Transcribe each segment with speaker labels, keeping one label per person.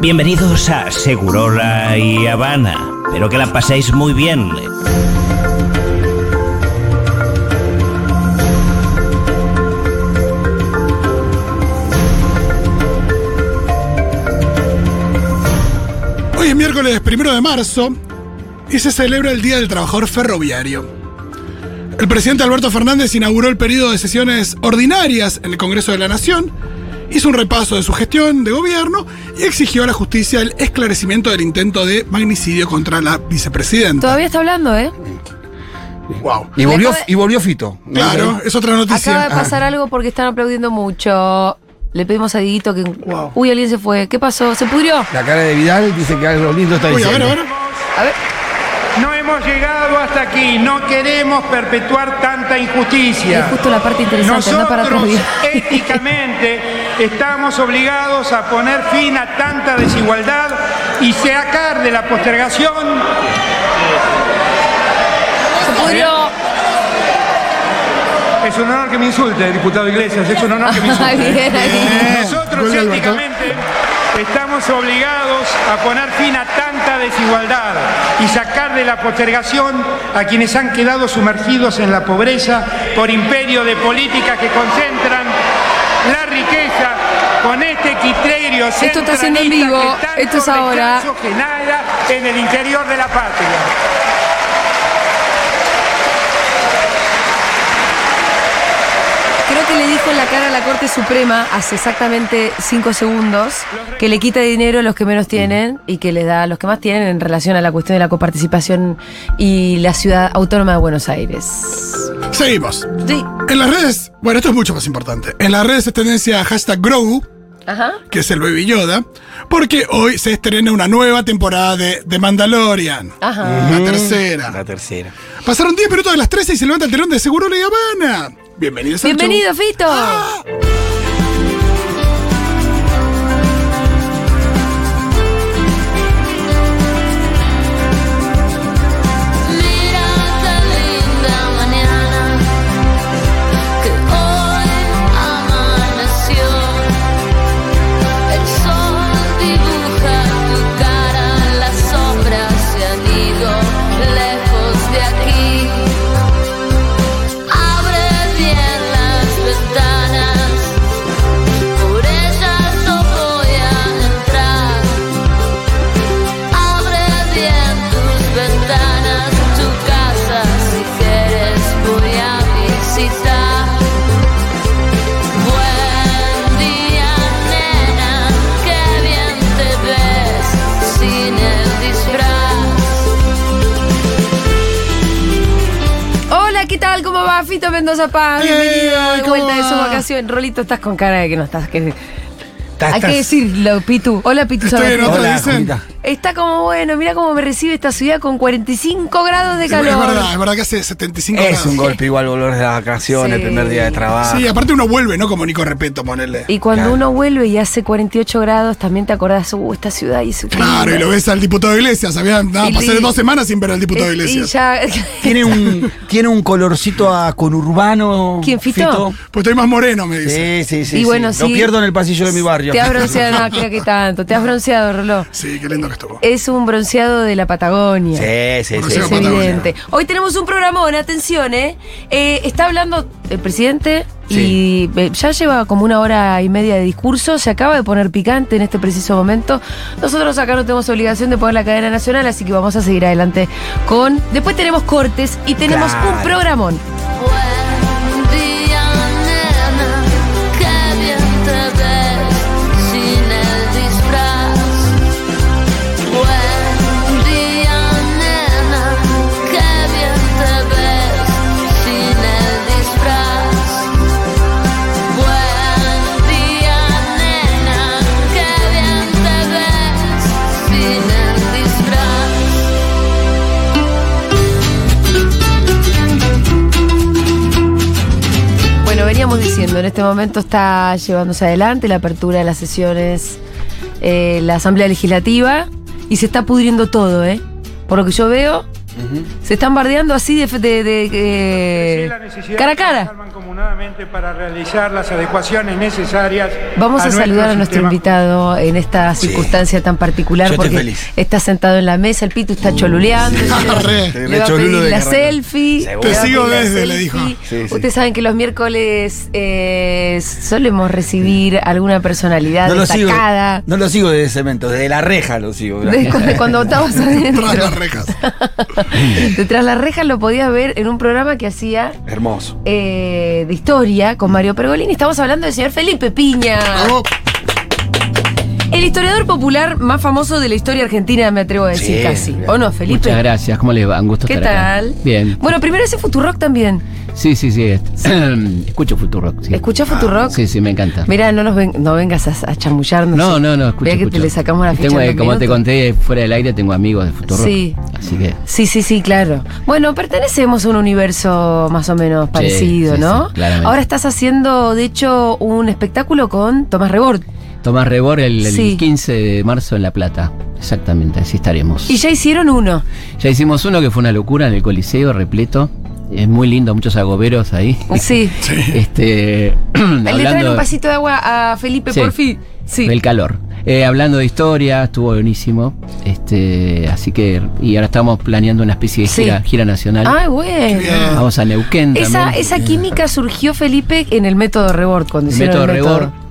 Speaker 1: Bienvenidos a Segurola y Habana. Espero que la paséis muy bien.
Speaker 2: Hoy es miércoles primero de marzo y se celebra el Día del Trabajador Ferroviario. El presidente Alberto Fernández inauguró el periodo de sesiones ordinarias en el Congreso de la Nación, hizo un repaso de su gestión de gobierno y exigió a la justicia el esclarecimiento del intento de magnicidio contra la vicepresidenta.
Speaker 3: Todavía está hablando, ¿eh?
Speaker 2: Wow.
Speaker 4: Y volvió,
Speaker 3: Acaba-
Speaker 4: y volvió Fito.
Speaker 2: Claro, es otra
Speaker 3: Acaba de
Speaker 2: noticia.
Speaker 3: pasar algo porque están aplaudiendo mucho. Le pedimos a Dieguito que. Uy, alguien se fue. ¿Qué pasó? ¿Se pudrió?
Speaker 4: La cara de Vidal dice que algo lindo está
Speaker 2: Uy, a ver,
Speaker 4: diciendo.
Speaker 2: a ver.
Speaker 3: A ver.
Speaker 5: No hemos llegado hasta aquí, no queremos perpetuar tanta
Speaker 3: Es
Speaker 5: injusticia.
Speaker 3: justo la parte interesante, anda para
Speaker 5: Nosotros
Speaker 3: otro día.
Speaker 5: éticamente estamos obligados a poner fin a tanta desigualdad y sacar de la postergación
Speaker 3: Se pudrió.
Speaker 5: Es un honor que me insulte, diputado Iglesias, es un honor que me insulte. Eh,
Speaker 3: Ay, bien, ahí.
Speaker 2: Bien.
Speaker 5: Nosotros
Speaker 2: Vuelve Alberto.
Speaker 5: éticamente estamos obligados a poner fin a tanta desigualdad y sacar de la postergación a quienes han quedado sumergidos en la pobreza por imperio de políticas que concentran la riqueza con este criterio
Speaker 3: Esto está siendo en
Speaker 5: centralista
Speaker 3: vivo,
Speaker 5: que tanto
Speaker 3: esto es ahora.
Speaker 5: rechazo genera en el interior de la patria.
Speaker 3: Creo que le dijo en la cara a la Corte Suprema hace exactamente cinco segundos que le quita dinero a los que menos tienen y que le da a los que más tienen en relación a la cuestión de la coparticipación y la ciudad autónoma de Buenos Aires.
Speaker 2: Seguimos.
Speaker 3: Sí.
Speaker 2: En las redes, bueno, esto es mucho más importante. En las redes es tendencia hashtag Grogu,
Speaker 3: Ajá.
Speaker 2: que es el Baby Yoda, porque hoy se estrena una nueva temporada de The Mandalorian.
Speaker 3: Ajá.
Speaker 2: La tercera.
Speaker 4: Ah. La tercera.
Speaker 2: Pasaron 10 minutos de las 13 y se levanta el telón de Seguro La Habana. Bienvenidos al
Speaker 3: Bienvenido, Fito.
Speaker 6: Mira qué linda mañana que hoy amaneció. El sol dibuja tu cara, las sombras se han ido lejos de aquí. Abre bien las ventanas, por ellas no voy a entrar. Abre bien tus ventanas, tu casa si quieres voy a visitar. Buen día, nena, que bien te ves sin el disfraz.
Speaker 3: Hola, ¿qué tal? ¿Cómo va Fito Mendoza Paz?
Speaker 2: ¡Eh!
Speaker 3: Bienvenido de
Speaker 2: ¿Cómo
Speaker 3: vuelta de su
Speaker 2: va?
Speaker 3: vacación. Rolito, estás con cara de que no estás. Que...
Speaker 4: Está-
Speaker 3: Hay
Speaker 4: está-
Speaker 3: que decirlo, Pitu. Hola, Pitu.
Speaker 2: Estoy
Speaker 3: Sabatini.
Speaker 2: en otra-
Speaker 4: Hola,
Speaker 2: dicen.
Speaker 4: Julita.
Speaker 3: Está como bueno, mira cómo me recibe esta ciudad con 45 grados de
Speaker 2: Es
Speaker 3: calor.
Speaker 2: verdad, es verdad que hace 75
Speaker 4: Es
Speaker 2: grados.
Speaker 4: un golpe igual volver de vacaciones, el
Speaker 3: Sí.
Speaker 4: primer día de trabajo.
Speaker 2: Sí, aparte uno vuelve, ¿no? Como Nico Repeto, ponele.
Speaker 3: Y cuando
Speaker 4: Claro.
Speaker 3: uno vuelve y hace 48 grados, también te acordás, uh, esta ciudad hizo.
Speaker 2: Claro, y lo ves al diputado Iglesias. Había, nada,
Speaker 3: Y
Speaker 2: pasé
Speaker 3: li-
Speaker 2: dos semanas sin ver al diputado
Speaker 3: Y
Speaker 2: Iglesias.
Speaker 3: ya.
Speaker 4: Tiene un, tiene un colorcito a conurbano.
Speaker 3: ¿Quién, Fito?
Speaker 2: Pues estoy más moreno, me dice.
Speaker 4: Sí, sí, sí.
Speaker 3: Y
Speaker 4: sí.
Speaker 3: bueno,
Speaker 4: Lo
Speaker 3: sí.
Speaker 4: pierdo en el pasillo de mi barrio.
Speaker 3: Te has bronceado, no, creo que tanto. Te has bronceado, Roló.
Speaker 2: Sí, qué lindo que estuvo.
Speaker 3: Es un bronceado de la Patagonia.
Speaker 4: Sí, sí,
Speaker 2: Bronceado
Speaker 4: sí.
Speaker 3: Es
Speaker 4: sí.
Speaker 2: Patagonia.
Speaker 3: evidente. Hoy tenemos un programón, atención, ¿eh? Eh, está hablando el presidente y eh, ya lleva como una hora y media de discurso, se acaba de poner picante en este preciso momento. Nosotros acá no tenemos obligación de poner la cadena nacional, así que vamos a seguir adelante con... Después tenemos cortes y tenemos
Speaker 4: Claro.
Speaker 3: un programón.
Speaker 6: Buen día, nena, que bien te ves sin el disfraz. Buen día, nena, que bien te ves sin el disfraz. Buen día, nena, que bien te ves sin el disfraz.
Speaker 3: Bueno, veníamos diciendo, en este momento está llevándose adelante la apertura de las sesiones, eh, la Asamblea Legislativa, y se está pudriendo todo, ¿eh? Por lo que yo veo, Se están bardeando así de, de- de- eh,
Speaker 5: Sí, la necesidad
Speaker 3: cara a
Speaker 5: de
Speaker 3: cara.
Speaker 5: trabajar mancomunadamente para realizar las adecuaciones necesarias.
Speaker 3: Vamos a, saludar a nuestro
Speaker 5: sistema
Speaker 3: invitado en esta circunstancia tan particular
Speaker 4: Yo estoy
Speaker 3: porque
Speaker 4: feliz. Uh,
Speaker 3: está sentado en la mesa, el Pitu está choluleando.
Speaker 2: Re.
Speaker 3: Le va a
Speaker 4: Recholulo
Speaker 3: pedir
Speaker 4: de
Speaker 3: la
Speaker 4: carrera.
Speaker 3: selfie. le va
Speaker 4: Seguro.
Speaker 3: a
Speaker 2: Te sigo
Speaker 3: pedir la
Speaker 2: desde, le
Speaker 3: selfie.
Speaker 2: dijo.
Speaker 4: Sí, sí.
Speaker 3: Ustedes saben que los miércoles eh, solemos recibir alguna personalidad
Speaker 4: No lo, sigo,
Speaker 3: destacada.
Speaker 4: no lo sigo desde cemento, desde la reja lo sigo.
Speaker 3: De cu- de cuando estabas adentro.
Speaker 2: Tras las rejas.
Speaker 3: Detrás las rejas lo podías ver en un programa que hacía
Speaker 4: Hermoso.
Speaker 3: eh, de historia con Mario Pergolini. Estamos hablando del señor Felipe Piña.
Speaker 2: Bravo.
Speaker 3: El historiador popular más famoso de la historia argentina, me atrevo a decir
Speaker 4: Sí.
Speaker 3: casi. ¿O no, Felipe?
Speaker 7: Muchas gracias, ¿cómo les va? Un gusto
Speaker 3: ¿Qué
Speaker 7: estar acá.
Speaker 3: tal?
Speaker 7: Bien.
Speaker 3: Bueno, primero ese Futurock también.
Speaker 7: Sí, sí, sí. Escucho Futurock. Sí.
Speaker 3: ¿Escuchás Futurock?
Speaker 7: Sí, sí, me encanta.
Speaker 3: Mirá, no nos ven- no vengas a, a chamullarnos.
Speaker 7: No,
Speaker 3: ¿eh?
Speaker 7: no, no, escucho.
Speaker 3: Mirá que te
Speaker 7: escucho.
Speaker 3: le sacamos la
Speaker 7: Y
Speaker 3: ficha.
Speaker 7: Tengo,
Speaker 3: en
Speaker 7: eh,
Speaker 3: dos
Speaker 7: como te
Speaker 3: minutos.
Speaker 7: conté fuera del aire, tengo amigos de Futurock.
Speaker 3: Sí.
Speaker 7: Así que.
Speaker 3: Sí, sí, sí, claro. Bueno, pertenecemos a un universo más o menos parecido,
Speaker 7: sí,
Speaker 3: ¿no?
Speaker 7: sí, claramente.
Speaker 3: Ahora estás haciendo, de hecho, un espectáculo con Tomás Rebord.
Speaker 7: Tomás Rebor el, el
Speaker 3: Sí.
Speaker 7: 15 de marzo en La Plata. Exactamente, así estaremos.
Speaker 3: Y ya hicieron uno.
Speaker 7: Ya hicimos uno que fue una locura en el Coliseo, repleto. Es muy lindo, muchos agoberos ahí.
Speaker 3: Sí.
Speaker 7: Este,
Speaker 3: Ahí Le traen
Speaker 7: hablando-
Speaker 3: un pasito de agua a Felipe,
Speaker 7: Sí.
Speaker 3: por fin. Sí.
Speaker 7: Del calor. Eh, hablando de historia, estuvo buenísimo. Este, así que. Y ahora estamos planeando una especie de
Speaker 3: Sí.
Speaker 7: gira, gira nacional.
Speaker 3: Ay, bueno.
Speaker 7: Vamos a Neuquén
Speaker 3: Esa,
Speaker 7: también.
Speaker 3: esa química surgió, Felipe, en el método Rebord, cuando
Speaker 7: El
Speaker 3: hicieron
Speaker 7: método
Speaker 3: el método.
Speaker 7: Rebord.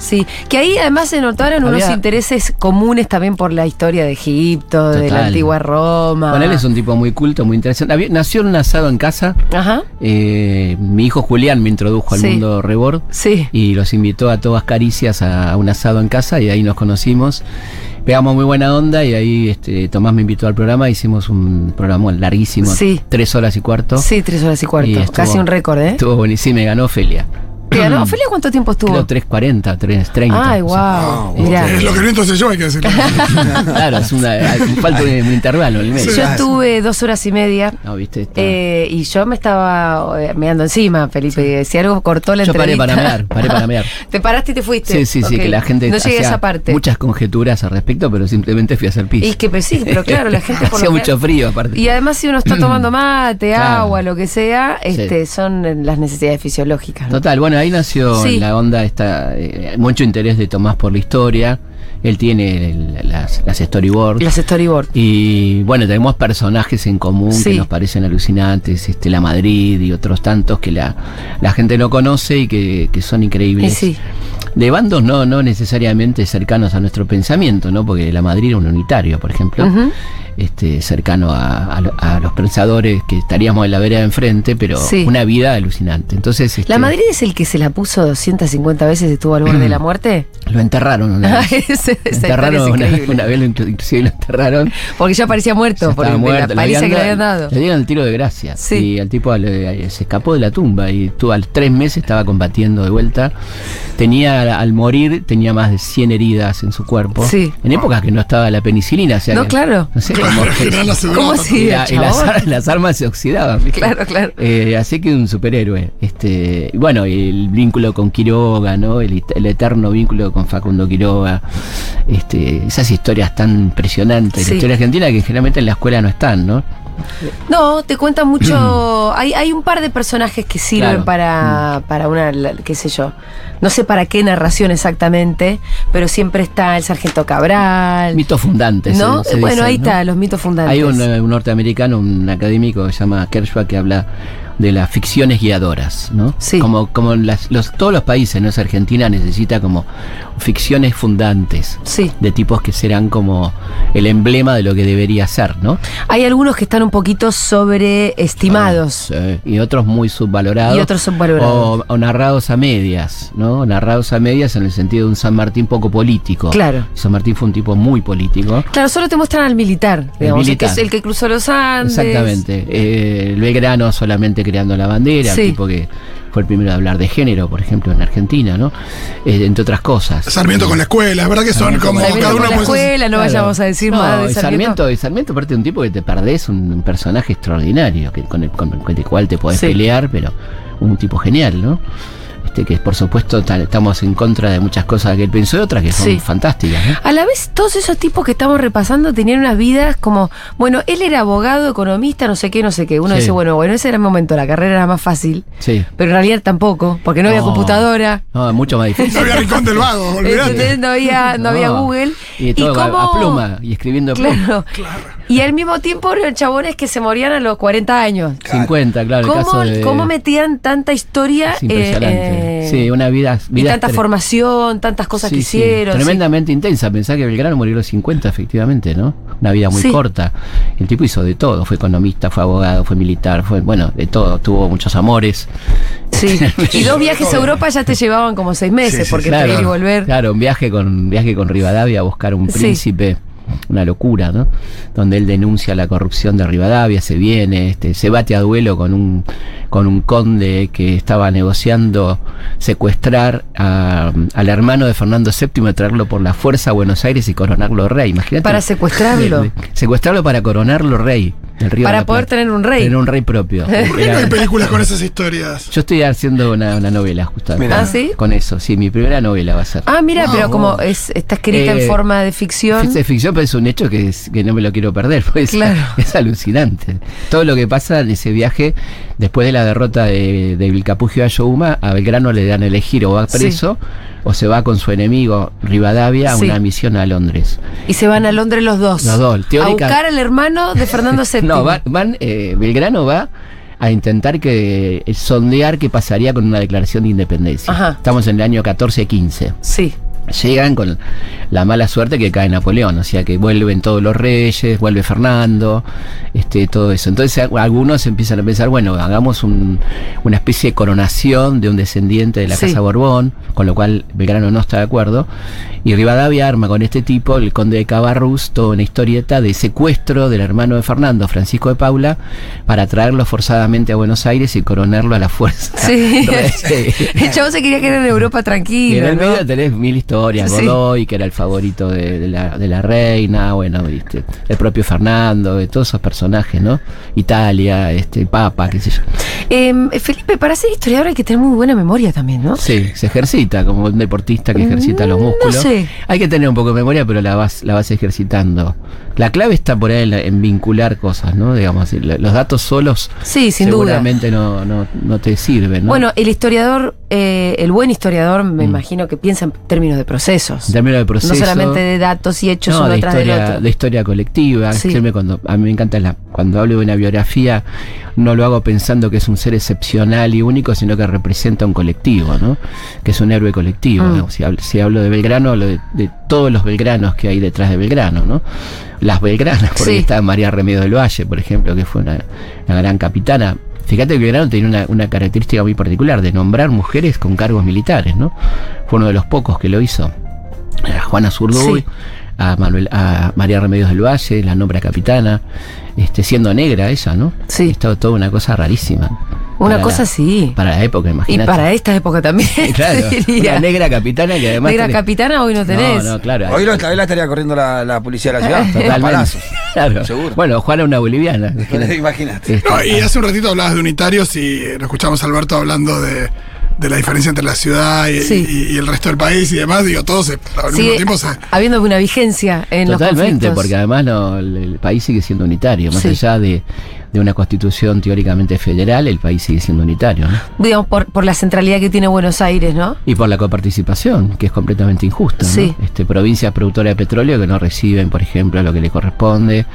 Speaker 3: Sí, que ahí además se notaron unos
Speaker 7: Había-
Speaker 3: intereses comunes también por la historia de Egipto, de la
Speaker 7: Total.
Speaker 3: antigua Roma.
Speaker 7: Bueno, él es un tipo muy culto, muy interesante. Había- nació en un asado en casa.
Speaker 3: Ajá,
Speaker 7: Eh, mi hijo Julián me introdujo al
Speaker 3: Sí.
Speaker 7: mundo Rebord.
Speaker 3: sí.
Speaker 7: y los invitó a todas caricias a, a un asado en casa y ahí nos conocimos. Pegamos muy buena onda y ahí este, Tomás me invitó al programa, hicimos un programa larguísimo,
Speaker 3: Sí.
Speaker 7: tres horas y cuarto.
Speaker 3: Sí, tres horas y cuarto.
Speaker 7: Y estuvo-
Speaker 3: Casi un récord, ¿eh?
Speaker 7: Estuvo buenísimo, me ganó Ofelia. Mm.
Speaker 3: ¿Te ganó? ¿Ofelia cuánto tiempo estuvo?
Speaker 7: Creo 3.40, 3.30.
Speaker 3: Ay,
Speaker 7: o
Speaker 3: wow.
Speaker 7: sea,
Speaker 4: Ah,
Speaker 3: Mirá.
Speaker 2: Es lo que no entonces yo hay que decirlo.
Speaker 7: claro, es una, hay- falta un, un intervalo en el medio.
Speaker 3: Yo estuve dos horas y media.
Speaker 7: No, viste, Ah, está-
Speaker 3: eh, y yo me estaba eh, meando encima, Felipe. Si algo cortó la
Speaker 7: Yo paré
Speaker 3: entrevista.
Speaker 7: para mear, paré para mear.
Speaker 3: Te paraste y te fuiste.
Speaker 7: Sí, sí, sí,
Speaker 3: Ok.
Speaker 7: que la gente
Speaker 3: No llegué a
Speaker 7: hacía
Speaker 3: esa parte.
Speaker 7: muchas conjeturas al respecto, pero simplemente fui a hacer pis.
Speaker 3: Y que pues, sí, pero claro, la gente por
Speaker 7: Hacía
Speaker 3: lo
Speaker 7: mucho
Speaker 3: general-
Speaker 7: frío aparte.
Speaker 3: Y además si uno está tomando mate,
Speaker 7: Claro.
Speaker 3: agua, lo que sea,
Speaker 7: Sí.
Speaker 3: este, son eh, las necesidades fisiológicas. ¿no?
Speaker 7: Total, bueno, ahí nació
Speaker 3: Sí.
Speaker 7: la onda, esta, eh, mucho interés de Tomás por la historia. Él tiene el- las, las storyboards.
Speaker 3: Las storyboard.
Speaker 7: y bueno, tenemos personajes en común
Speaker 3: Sí.
Speaker 7: que nos parecen alucinantes, este, la Madrid y otros tantos que la, la gente no conoce y que, que son
Speaker 3: Y
Speaker 7: increíbles.
Speaker 3: sí.
Speaker 7: De bandos no, no necesariamente cercanos a nuestro pensamiento, ¿no? Porque la Madrid era un unitario, por ejemplo,
Speaker 3: Ujú.
Speaker 7: este, cercano a, a lo- a los pensadores que estaríamos en la vereda de enfrente, pero
Speaker 3: Sí.
Speaker 7: una vida alucinante. Entonces,
Speaker 3: ¿La
Speaker 7: este,
Speaker 3: Madrid es el que se la puso 250 veces y estuvo al borde de la muerte?
Speaker 7: Lo enterraron una vez.
Speaker 3: Ese- esa
Speaker 7: Lo
Speaker 3: historia es
Speaker 7: enterraron una,
Speaker 3: increíble.
Speaker 7: una vez, lo inclu- inclusive lo enterraron.
Speaker 3: Porque ya parecía muerto
Speaker 7: Ya
Speaker 3: por
Speaker 7: estaba
Speaker 3: el-
Speaker 7: muerto,
Speaker 3: la
Speaker 7: le
Speaker 3: paliza que le habían
Speaker 7: habían
Speaker 3: dado.
Speaker 7: Le dieron el tiro de gracia.
Speaker 3: Sí.
Speaker 7: Y al tipo le- se escapó de la tumba y tú al tres meses estaba combatiendo de vuelta. Tenía, al morir, tenía más de 100 heridas en su cuerpo.
Speaker 3: Sí.
Speaker 7: En épocas que no estaba la penicilina. O sea
Speaker 3: No,
Speaker 7: que-
Speaker 3: claro.
Speaker 7: No sé, como que-
Speaker 2: Que no la se
Speaker 3: ¿Cómo
Speaker 2: nota.
Speaker 3: así?
Speaker 7: y la- y las,
Speaker 3: chabón?
Speaker 7: ar- las armas se oxidaban. ¿viste?
Speaker 3: Claro, claro.
Speaker 7: Eh, así que un superhéroe. Este, y bueno, el vínculo con Quiroga, ¿no? El, it- el eterno vínculo con Facundo Quiroga. Este, esas historias tan impresionantes de
Speaker 3: Sí.
Speaker 7: la historia argentina que generalmente en la escuela no están, ¿no?
Speaker 3: No, te cuentan mucho. hay, hay un par de personajes que sirven
Speaker 7: Claro. Mm.
Speaker 3: para, para una, la- qué sé yo, no sé para qué narración exactamente, pero siempre está el sargento Cabral.
Speaker 7: Mitos fundantes. eh,
Speaker 3: ¿No? Eh,
Speaker 7: se- se
Speaker 3: bueno,
Speaker 7: dicen,
Speaker 3: ahí
Speaker 7: ¿no?
Speaker 3: está, los mitos fundantes.
Speaker 7: Hay un, eh, un norteamericano, un académico que se llama Kershaw, que habla de las ficciones guiadoras, ¿no?
Speaker 3: Sí.
Speaker 7: Como, como las- los, todos los países, ¿no? Es Argentina necesita como ficciones fundantes.
Speaker 3: Sí.
Speaker 7: De tipos que serán como el emblema de lo que debería ser, ¿no?
Speaker 3: Hay algunos que están un poquito sobreestimados.
Speaker 7: Ah, Sí. Y otros muy subvalorados.
Speaker 3: Y otros subvalorados.
Speaker 7: O, o narrados a medias, ¿no? Narrados a medias en el sentido de un San Martín poco político.
Speaker 3: Claro.
Speaker 7: San Martín fue un tipo muy político.
Speaker 3: Claro, solo te muestran al militar, digamos, el, que es
Speaker 7: militar.
Speaker 3: el que cruzó los Andes.
Speaker 7: Exactamente. Eh, el Belgrano solamente creando la bandera,
Speaker 3: Sí.
Speaker 7: el tipo que fue el primero a hablar de género, por ejemplo, en Argentina, ¿no? Eh, entre otras cosas.
Speaker 2: Sarmiento con la escuela, es verdad que son como
Speaker 3: Sarmiento
Speaker 2: cada
Speaker 3: con
Speaker 2: uno
Speaker 3: la
Speaker 2: puede ser-
Speaker 3: escuela, no vayamos a decir más de
Speaker 7: y
Speaker 3: Sarmiento.
Speaker 7: Sarmiento. y Sarmiento, aparte, es un tipo que te perdés, un, un personaje extraordinario, que, con, el, con el- con el cual te podés
Speaker 3: Sí.
Speaker 7: pelear, pero un tipo genial, ¿no? este, que por supuesto ta- estamos en contra de muchas cosas que él pensó y otras que son
Speaker 3: Sí.
Speaker 7: fantásticas. ¿no?
Speaker 3: A la vez, todos esos tipos que estamos repasando tenían unas vidas como, bueno, él era abogado, economista, no sé qué, no sé qué. Uno
Speaker 7: Sí.
Speaker 3: dice, bueno, bueno, ese era el momento, la carrera era más fácil.
Speaker 7: Sí.
Speaker 3: Pero en realidad tampoco, porque no había
Speaker 7: No.
Speaker 3: computadora.
Speaker 7: No, es mucho más difícil.
Speaker 2: No había rincón del vago, olvidate.
Speaker 3: ¿entendés? No había, no había Google.
Speaker 7: Y todo a- a pluma y escribiendo a pluma.
Speaker 3: Claro. Y al mismo tiempo eran chabones que se morían a los 40 años.
Speaker 7: 50, claro, el
Speaker 3: ¿Cómo,
Speaker 7: caso de.
Speaker 3: cómo metían tanta historia?
Speaker 7: es impresionante.
Speaker 3: eh, eh,
Speaker 7: sí, una vida.
Speaker 3: y
Speaker 7: vida
Speaker 3: tanta
Speaker 7: tre-
Speaker 3: formación, tantas cosas
Speaker 7: sí,
Speaker 3: que
Speaker 7: sí,
Speaker 3: hicieron. sí.
Speaker 7: Tremendamente intensa. Pensá que Belgrano murió a los 50, efectivamente, ¿no? Una vida muy
Speaker 3: Sí.
Speaker 7: corta. El tipo hizo de todo. Fue economista, fue abogado, fue militar, fue, bueno, de todo. Tuvo muchos amores.
Speaker 3: Sí. Y dos viajes a Europa ya te llevaban como seis meses,
Speaker 2: Sí, sí,
Speaker 3: porque
Speaker 2: sí.
Speaker 3: entre ir y volver.
Speaker 7: Claro, un viaje con un viaje con Rivadavia a buscar un
Speaker 3: Sí.
Speaker 7: príncipe. Una locura, ¿no? Donde él denuncia la corrupción de Rivadavia, se viene, este, se bate a duelo con un, con un conde que estaba negociando secuestrar a- al hermano de Fernando VII, traerlo por la fuerza a Buenos Aires y coronarlo rey. Imagínate.
Speaker 3: Para secuestrarlo.
Speaker 7: De- de- Secuestrarlo para coronarlo rey. del Río de
Speaker 3: Para
Speaker 7: la
Speaker 3: poder
Speaker 7: Plata.
Speaker 3: tener un rey.
Speaker 7: Tener un rey propio.
Speaker 2: No hay
Speaker 7: Era-
Speaker 2: películas con esas historias.
Speaker 7: yo estoy haciendo una, una novela justamente.
Speaker 3: Mirá. ¿Ah, sí?
Speaker 7: Con eso, sí, mi primera novela va a ser.
Speaker 3: Ah, mira,
Speaker 2: Wow.
Speaker 3: pero como es, está escrita
Speaker 7: Eh,
Speaker 3: en forma de ficción.
Speaker 7: Es ficción, pero es un hecho que, es- que no me lo quiero perder, porque es-
Speaker 3: Claro.
Speaker 7: es, alucinante. Todo lo que pasa en ese viaje, después de la derrota de, de Vilcapugio a Yohuma, a Belgrano le dan a elegir o va
Speaker 3: Sí.
Speaker 7: preso o se va con su enemigo Rivadavia a
Speaker 3: Sí.
Speaker 7: una misión a Londres.
Speaker 3: Y se van a Londres los dos.
Speaker 7: Los dos, teórica-
Speaker 3: A buscar al hermano de Fernando VII.
Speaker 7: No, va- van, eh, Belgrano va a intentar que eh, sondear qué pasaría con una declaración de independencia.
Speaker 3: Ajá.
Speaker 7: Estamos en el año 14-15.
Speaker 3: Sí.
Speaker 7: Llegan con la mala suerte que cae Napoleón, o sea que vuelven todos los reyes, vuelve Fernando, este, todo eso. Entonces a- algunos empiezan a pensar, bueno, hagamos un- una especie de coronación de un descendiente de la
Speaker 3: Sí.
Speaker 7: Casa Borbón, con lo cual Belgrano no está de acuerdo. Y Rivadavia arma con este tipo, el conde de Cabarrús, toda una historieta de secuestro del hermano de Fernando, Francisco de Paula, para traerlo forzadamente a Buenos Aires y coronarlo a la fuerza.
Speaker 3: Sí.
Speaker 7: Sí.
Speaker 3: El chavo se quería quedar en Europa
Speaker 7: Y
Speaker 3: tranquilo.
Speaker 7: en el
Speaker 3: ¿no?
Speaker 7: medio tenés mil historias.
Speaker 3: Sí.
Speaker 7: Godoy, que era el favorito de, de la, de la reina, bueno, viste, el propio Fernando, de todos esos personajes, ¿no? Italia, este, Papa, qué sé yo.
Speaker 3: Em, Felipe, para ser historiador hay que tener muy buena memoria también, ¿no? Mm,
Speaker 7: Sí, se ejercita como un deportista que ejercita los
Speaker 3: No
Speaker 7: músculos.
Speaker 3: sé.
Speaker 7: Hay que tener un poco de memoria, pero la vas, la vas ejercitando. La clave está por ahí en, la- en vincular cosas, ¿no? Digamos, la- los datos solos
Speaker 3: Sí, sin duda.
Speaker 7: seguramente no, no, no te sirven, ¿no?
Speaker 3: Bueno, el historiador, eh, el buen historiador, me imagino que piensa en términos de procesos.
Speaker 7: en términos de proceso.
Speaker 3: No solamente de datos y hechos uno
Speaker 7: de
Speaker 3: tras
Speaker 7: historia,
Speaker 3: del otro.
Speaker 7: de historia colectiva.
Speaker 3: Sí.
Speaker 7: Siempre cuando, a mí me encanta la- cuando hablo de una biografía, no lo hago pensando que es un ser excepcional y único, sino que representa un colectivo, ¿no? Que es un héroe colectivo.
Speaker 3: Mm.
Speaker 7: ¿no? Si, hablo, si hablo de Belgrano, hablo de, de todos los belgranos que hay detrás de Belgrano, ¿no? Las belgranas, porque
Speaker 3: Sí.
Speaker 7: está María Remedio del Valle, por ejemplo, que fue una, una gran capitana. Fíjate que Belgrano tenía una, una característica muy particular de nombrar mujeres con cargos militares, ¿no? Fue uno de los pocos que lo hizo a Juana Zurduy,
Speaker 3: Sí.
Speaker 7: a, Manuel, a María Remedios del Valle, la nombra capitana, este, siendo negra ella, ¿no?
Speaker 3: Sí.
Speaker 7: Esto toda una cosa rarísima.
Speaker 3: Una
Speaker 7: Para
Speaker 3: cosa
Speaker 7: la-
Speaker 3: sí.
Speaker 7: Para la época,
Speaker 3: y
Speaker 7: imagínate.
Speaker 3: para esta época también.
Speaker 7: Claro,
Speaker 3: te diría.
Speaker 7: una negra capitana que además.
Speaker 3: Negra
Speaker 7: tenés-
Speaker 3: capitana hoy no tenés.
Speaker 7: No, no, claro.
Speaker 4: Hoy lo hoy la estaría corriendo la, la policía de la ciudad. a
Speaker 7: Totalmente.
Speaker 4: palazos.
Speaker 7: Claro.
Speaker 4: Seguro.
Speaker 7: Bueno, Juana una boliviana. imagínate.
Speaker 4: Imagínate.
Speaker 7: Este,
Speaker 2: No, y hace un ratito hablabas de unitarios y eh, lo escuchamos a Alberto hablando de, de la diferencia entre la ciudad y,
Speaker 3: Sí.
Speaker 2: y- y el resto del país y demás. Digo, todos se- al
Speaker 3: Sigue
Speaker 2: mismo tiempo se.
Speaker 3: habiendo una vigencia en los
Speaker 7: Totalmente,
Speaker 3: conflictos.
Speaker 7: porque además no, el, el país sigue siendo unitario. Más
Speaker 3: Sí.
Speaker 7: allá de, de una constitución teóricamente federal, el país sigue siendo unitario. ¿no?
Speaker 3: Digamos, por, por la centralidad que tiene Buenos Aires, ¿no?
Speaker 7: Y por la coparticipación, que es completamente injusta. ¿no?
Speaker 3: Sí.
Speaker 7: Este, provincias productoras de petróleo que no reciben, por ejemplo, lo que le corresponde.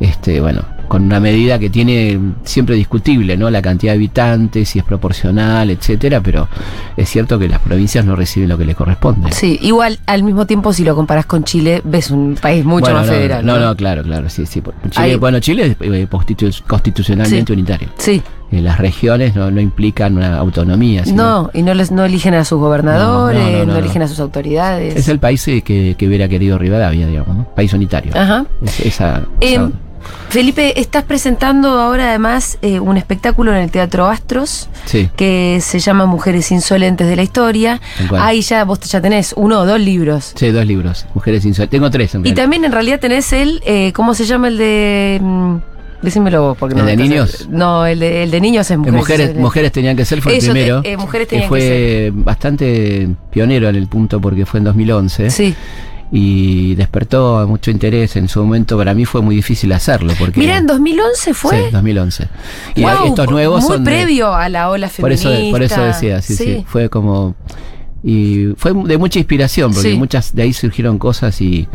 Speaker 7: Este, bueno, con una medida que tiene siempre discutible, ¿no? La cantidad de habitantes, si es proporcional, etcétera, pero es cierto que las provincias no reciben lo que les corresponde.
Speaker 3: Sí, igual al mismo tiempo si lo comparás con Chile, ves un país mucho
Speaker 7: Bueno,
Speaker 3: más
Speaker 7: no,
Speaker 3: federal.
Speaker 7: No, no, claro, claro, sí, sí. Por- Chile-
Speaker 3: Ahí-
Speaker 7: bueno, Chile es eh, constitu- constitucionalmente
Speaker 3: Sí.
Speaker 7: unitario.
Speaker 3: Sí,
Speaker 7: Eh, Las regiones no, no implican una autonomía. sino-
Speaker 3: no, y no, les, no eligen a sus gobernadores, no,
Speaker 7: No, no, no, no,
Speaker 3: eligen
Speaker 7: no.
Speaker 3: a sus autoridades.
Speaker 7: Es el país eh, que, que hubiera querido Rivadavia, digamos, ¿no? País unitario.
Speaker 3: Ajá.
Speaker 7: Es- esa-
Speaker 3: Eh,
Speaker 7: esa-
Speaker 3: Felipe, estás presentando ahora además eh, un espectáculo en el Teatro Astros
Speaker 7: Sí.
Speaker 3: que se llama Mujeres Insolentes de la Historia.
Speaker 7: Tal cual.
Speaker 3: Ahí ya vos ya tenés uno o dos libros.
Speaker 7: Sí, dos libros. Mujeres insolentes. Tengo tres en
Speaker 3: Y
Speaker 7: realidad.
Speaker 3: también en realidad tenés el, eh, ¿cómo se llama el de mm, Decímelo vos, porque
Speaker 7: ¿El
Speaker 3: no.
Speaker 7: de
Speaker 3: me estás-
Speaker 7: niños?
Speaker 3: No, el de, el de niños es
Speaker 7: De
Speaker 3: mujeres.
Speaker 7: Eh, mujeres, mujeres tenían que ser fue
Speaker 3: Eso
Speaker 7: el
Speaker 3: te-
Speaker 7: primero.
Speaker 3: eh, mujeres
Speaker 7: que
Speaker 3: tenían que
Speaker 7: fue bastante pionero en el punto porque fue en 2011
Speaker 3: Sí.
Speaker 7: y despertó mucho interés en su momento. Para mí fue muy difícil hacerlo porque
Speaker 3: Mira, en 2011 fue.
Speaker 7: Sí, 2011. Y
Speaker 3: Guau,
Speaker 7: estos nuevos
Speaker 3: muy
Speaker 7: son de-
Speaker 3: previo a la ola
Speaker 7: por
Speaker 3: feminista.
Speaker 7: eso por eso decía, sí, sí, fue como y fue de mucha inspiración porque
Speaker 3: Sí.
Speaker 7: muchas de ahí surgieron cosas y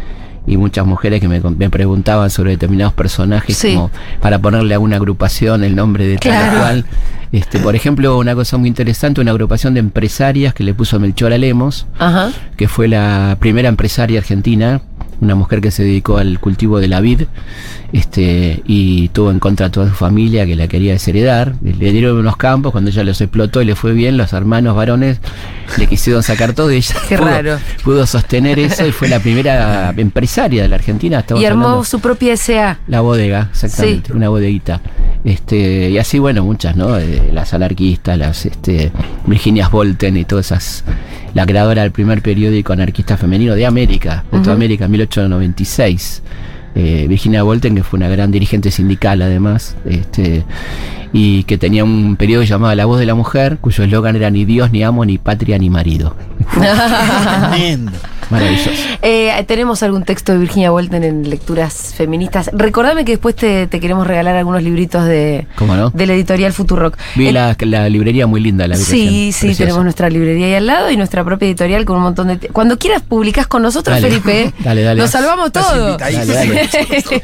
Speaker 7: y muchas mujeres que me, con- me preguntaban sobre determinados personajes
Speaker 3: Sí.
Speaker 7: como para ponerle a una agrupación el nombre de tal o
Speaker 3: Claro.
Speaker 7: cual. Este, por ejemplo, una cosa muy interesante, una agrupación de empresarias que le puso Melchora Lemos,
Speaker 3: Ajá.
Speaker 7: que fue la primera empresaria argentina, una mujer que se dedicó al cultivo de la vid, este, y tuvo en contra a toda su familia que la quería desheredar. Le dieron unos campos, cuando ella los explotó y le fue bien, los hermanos varones le quisieron sacar todo y ella
Speaker 3: Qué
Speaker 7: pudo,
Speaker 3: raro.
Speaker 7: pudo sostener eso y fue la primera empresaria de la Argentina. Estamos
Speaker 3: Y armó
Speaker 7: hablando-
Speaker 3: su propia SA.
Speaker 7: la bodega, exactamente,
Speaker 3: Sí.
Speaker 7: una bodeguita. Este, y así, bueno, muchas, ¿no? Eh, las anarquistas, las este, Virginias Volten y todas esas. La creadora del primer periódico anarquista femenino de América, de
Speaker 3: Ujú.
Speaker 7: toda América, en 1896. Eh, Virginia Volten, que fue una gran dirigente sindical además, este, y que tenía un periódico llamado La Voz de la Mujer, cuyo eslogan era ni Dios, ni amo, ni patria, ni marido.
Speaker 4: Tremendo.
Speaker 7: Maravilloso.
Speaker 3: Eh, tenemos algún texto de Virginia Woolten en lecturas feministas. Recordame que después te, te queremos regalar algunos libritos de,
Speaker 7: ¿Cómo no?
Speaker 3: de la editorial Futurock.
Speaker 7: Vi
Speaker 3: El-
Speaker 7: la, la librería muy linda, la
Speaker 3: Sí, sí, tenemos nuestra librería ahí al lado y nuestra propia editorial con un montón de... te- Cuando quieras publicás con nosotros,
Speaker 7: Dale.
Speaker 3: Felipe. ¿eh?
Speaker 7: Dale, dale.
Speaker 3: Nos salvamos
Speaker 4: Estás
Speaker 3: todo.
Speaker 4: invitadísimo.
Speaker 7: Dale,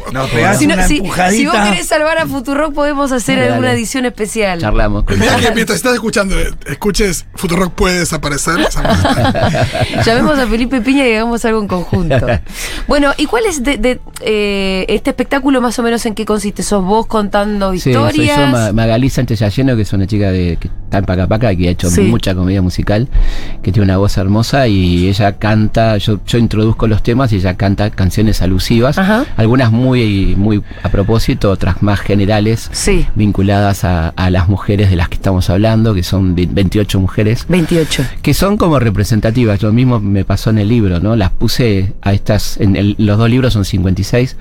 Speaker 4: Nos pegás
Speaker 3: Si, no-
Speaker 4: una
Speaker 3: si-
Speaker 4: empujadita.
Speaker 3: si vos querés salvar a Futurock, podemos hacer
Speaker 7: Dale,
Speaker 3: alguna
Speaker 7: dale.
Speaker 3: edición especial.
Speaker 7: Charlamos.
Speaker 2: Mirá que mientras estás escuchando, eh, escuches Futurock puede desaparecer. esa música.
Speaker 3: Llamemos a Felipe Piña y hagamos algo en conjunto. Bueno, ¿y cuál es de, de, eh, este espectáculo más o menos en qué consiste? ¿Sos vos contando
Speaker 7: Sí, soy
Speaker 3: historias?
Speaker 7: yo, Ma- Magalí Sánchez Alleno, que es una chica de, que está en Pacapaca, que ha hecho
Speaker 3: Sí.
Speaker 7: mucha comedia musical, que tiene una voz hermosa y ella canta, yo, yo introduzco los temas y ella canta canciones alusivas,
Speaker 3: Ajá.
Speaker 7: algunas muy, muy a propósito, otras más generales,
Speaker 3: Sí,
Speaker 7: vinculadas a, a las mujeres de las que estamos hablando, que son de- 28 mujeres
Speaker 3: 28.
Speaker 7: que son como representativas. Lo mismo me pasó en el libro, ¿no? Las puse a estas, en el- los dos libros son 56,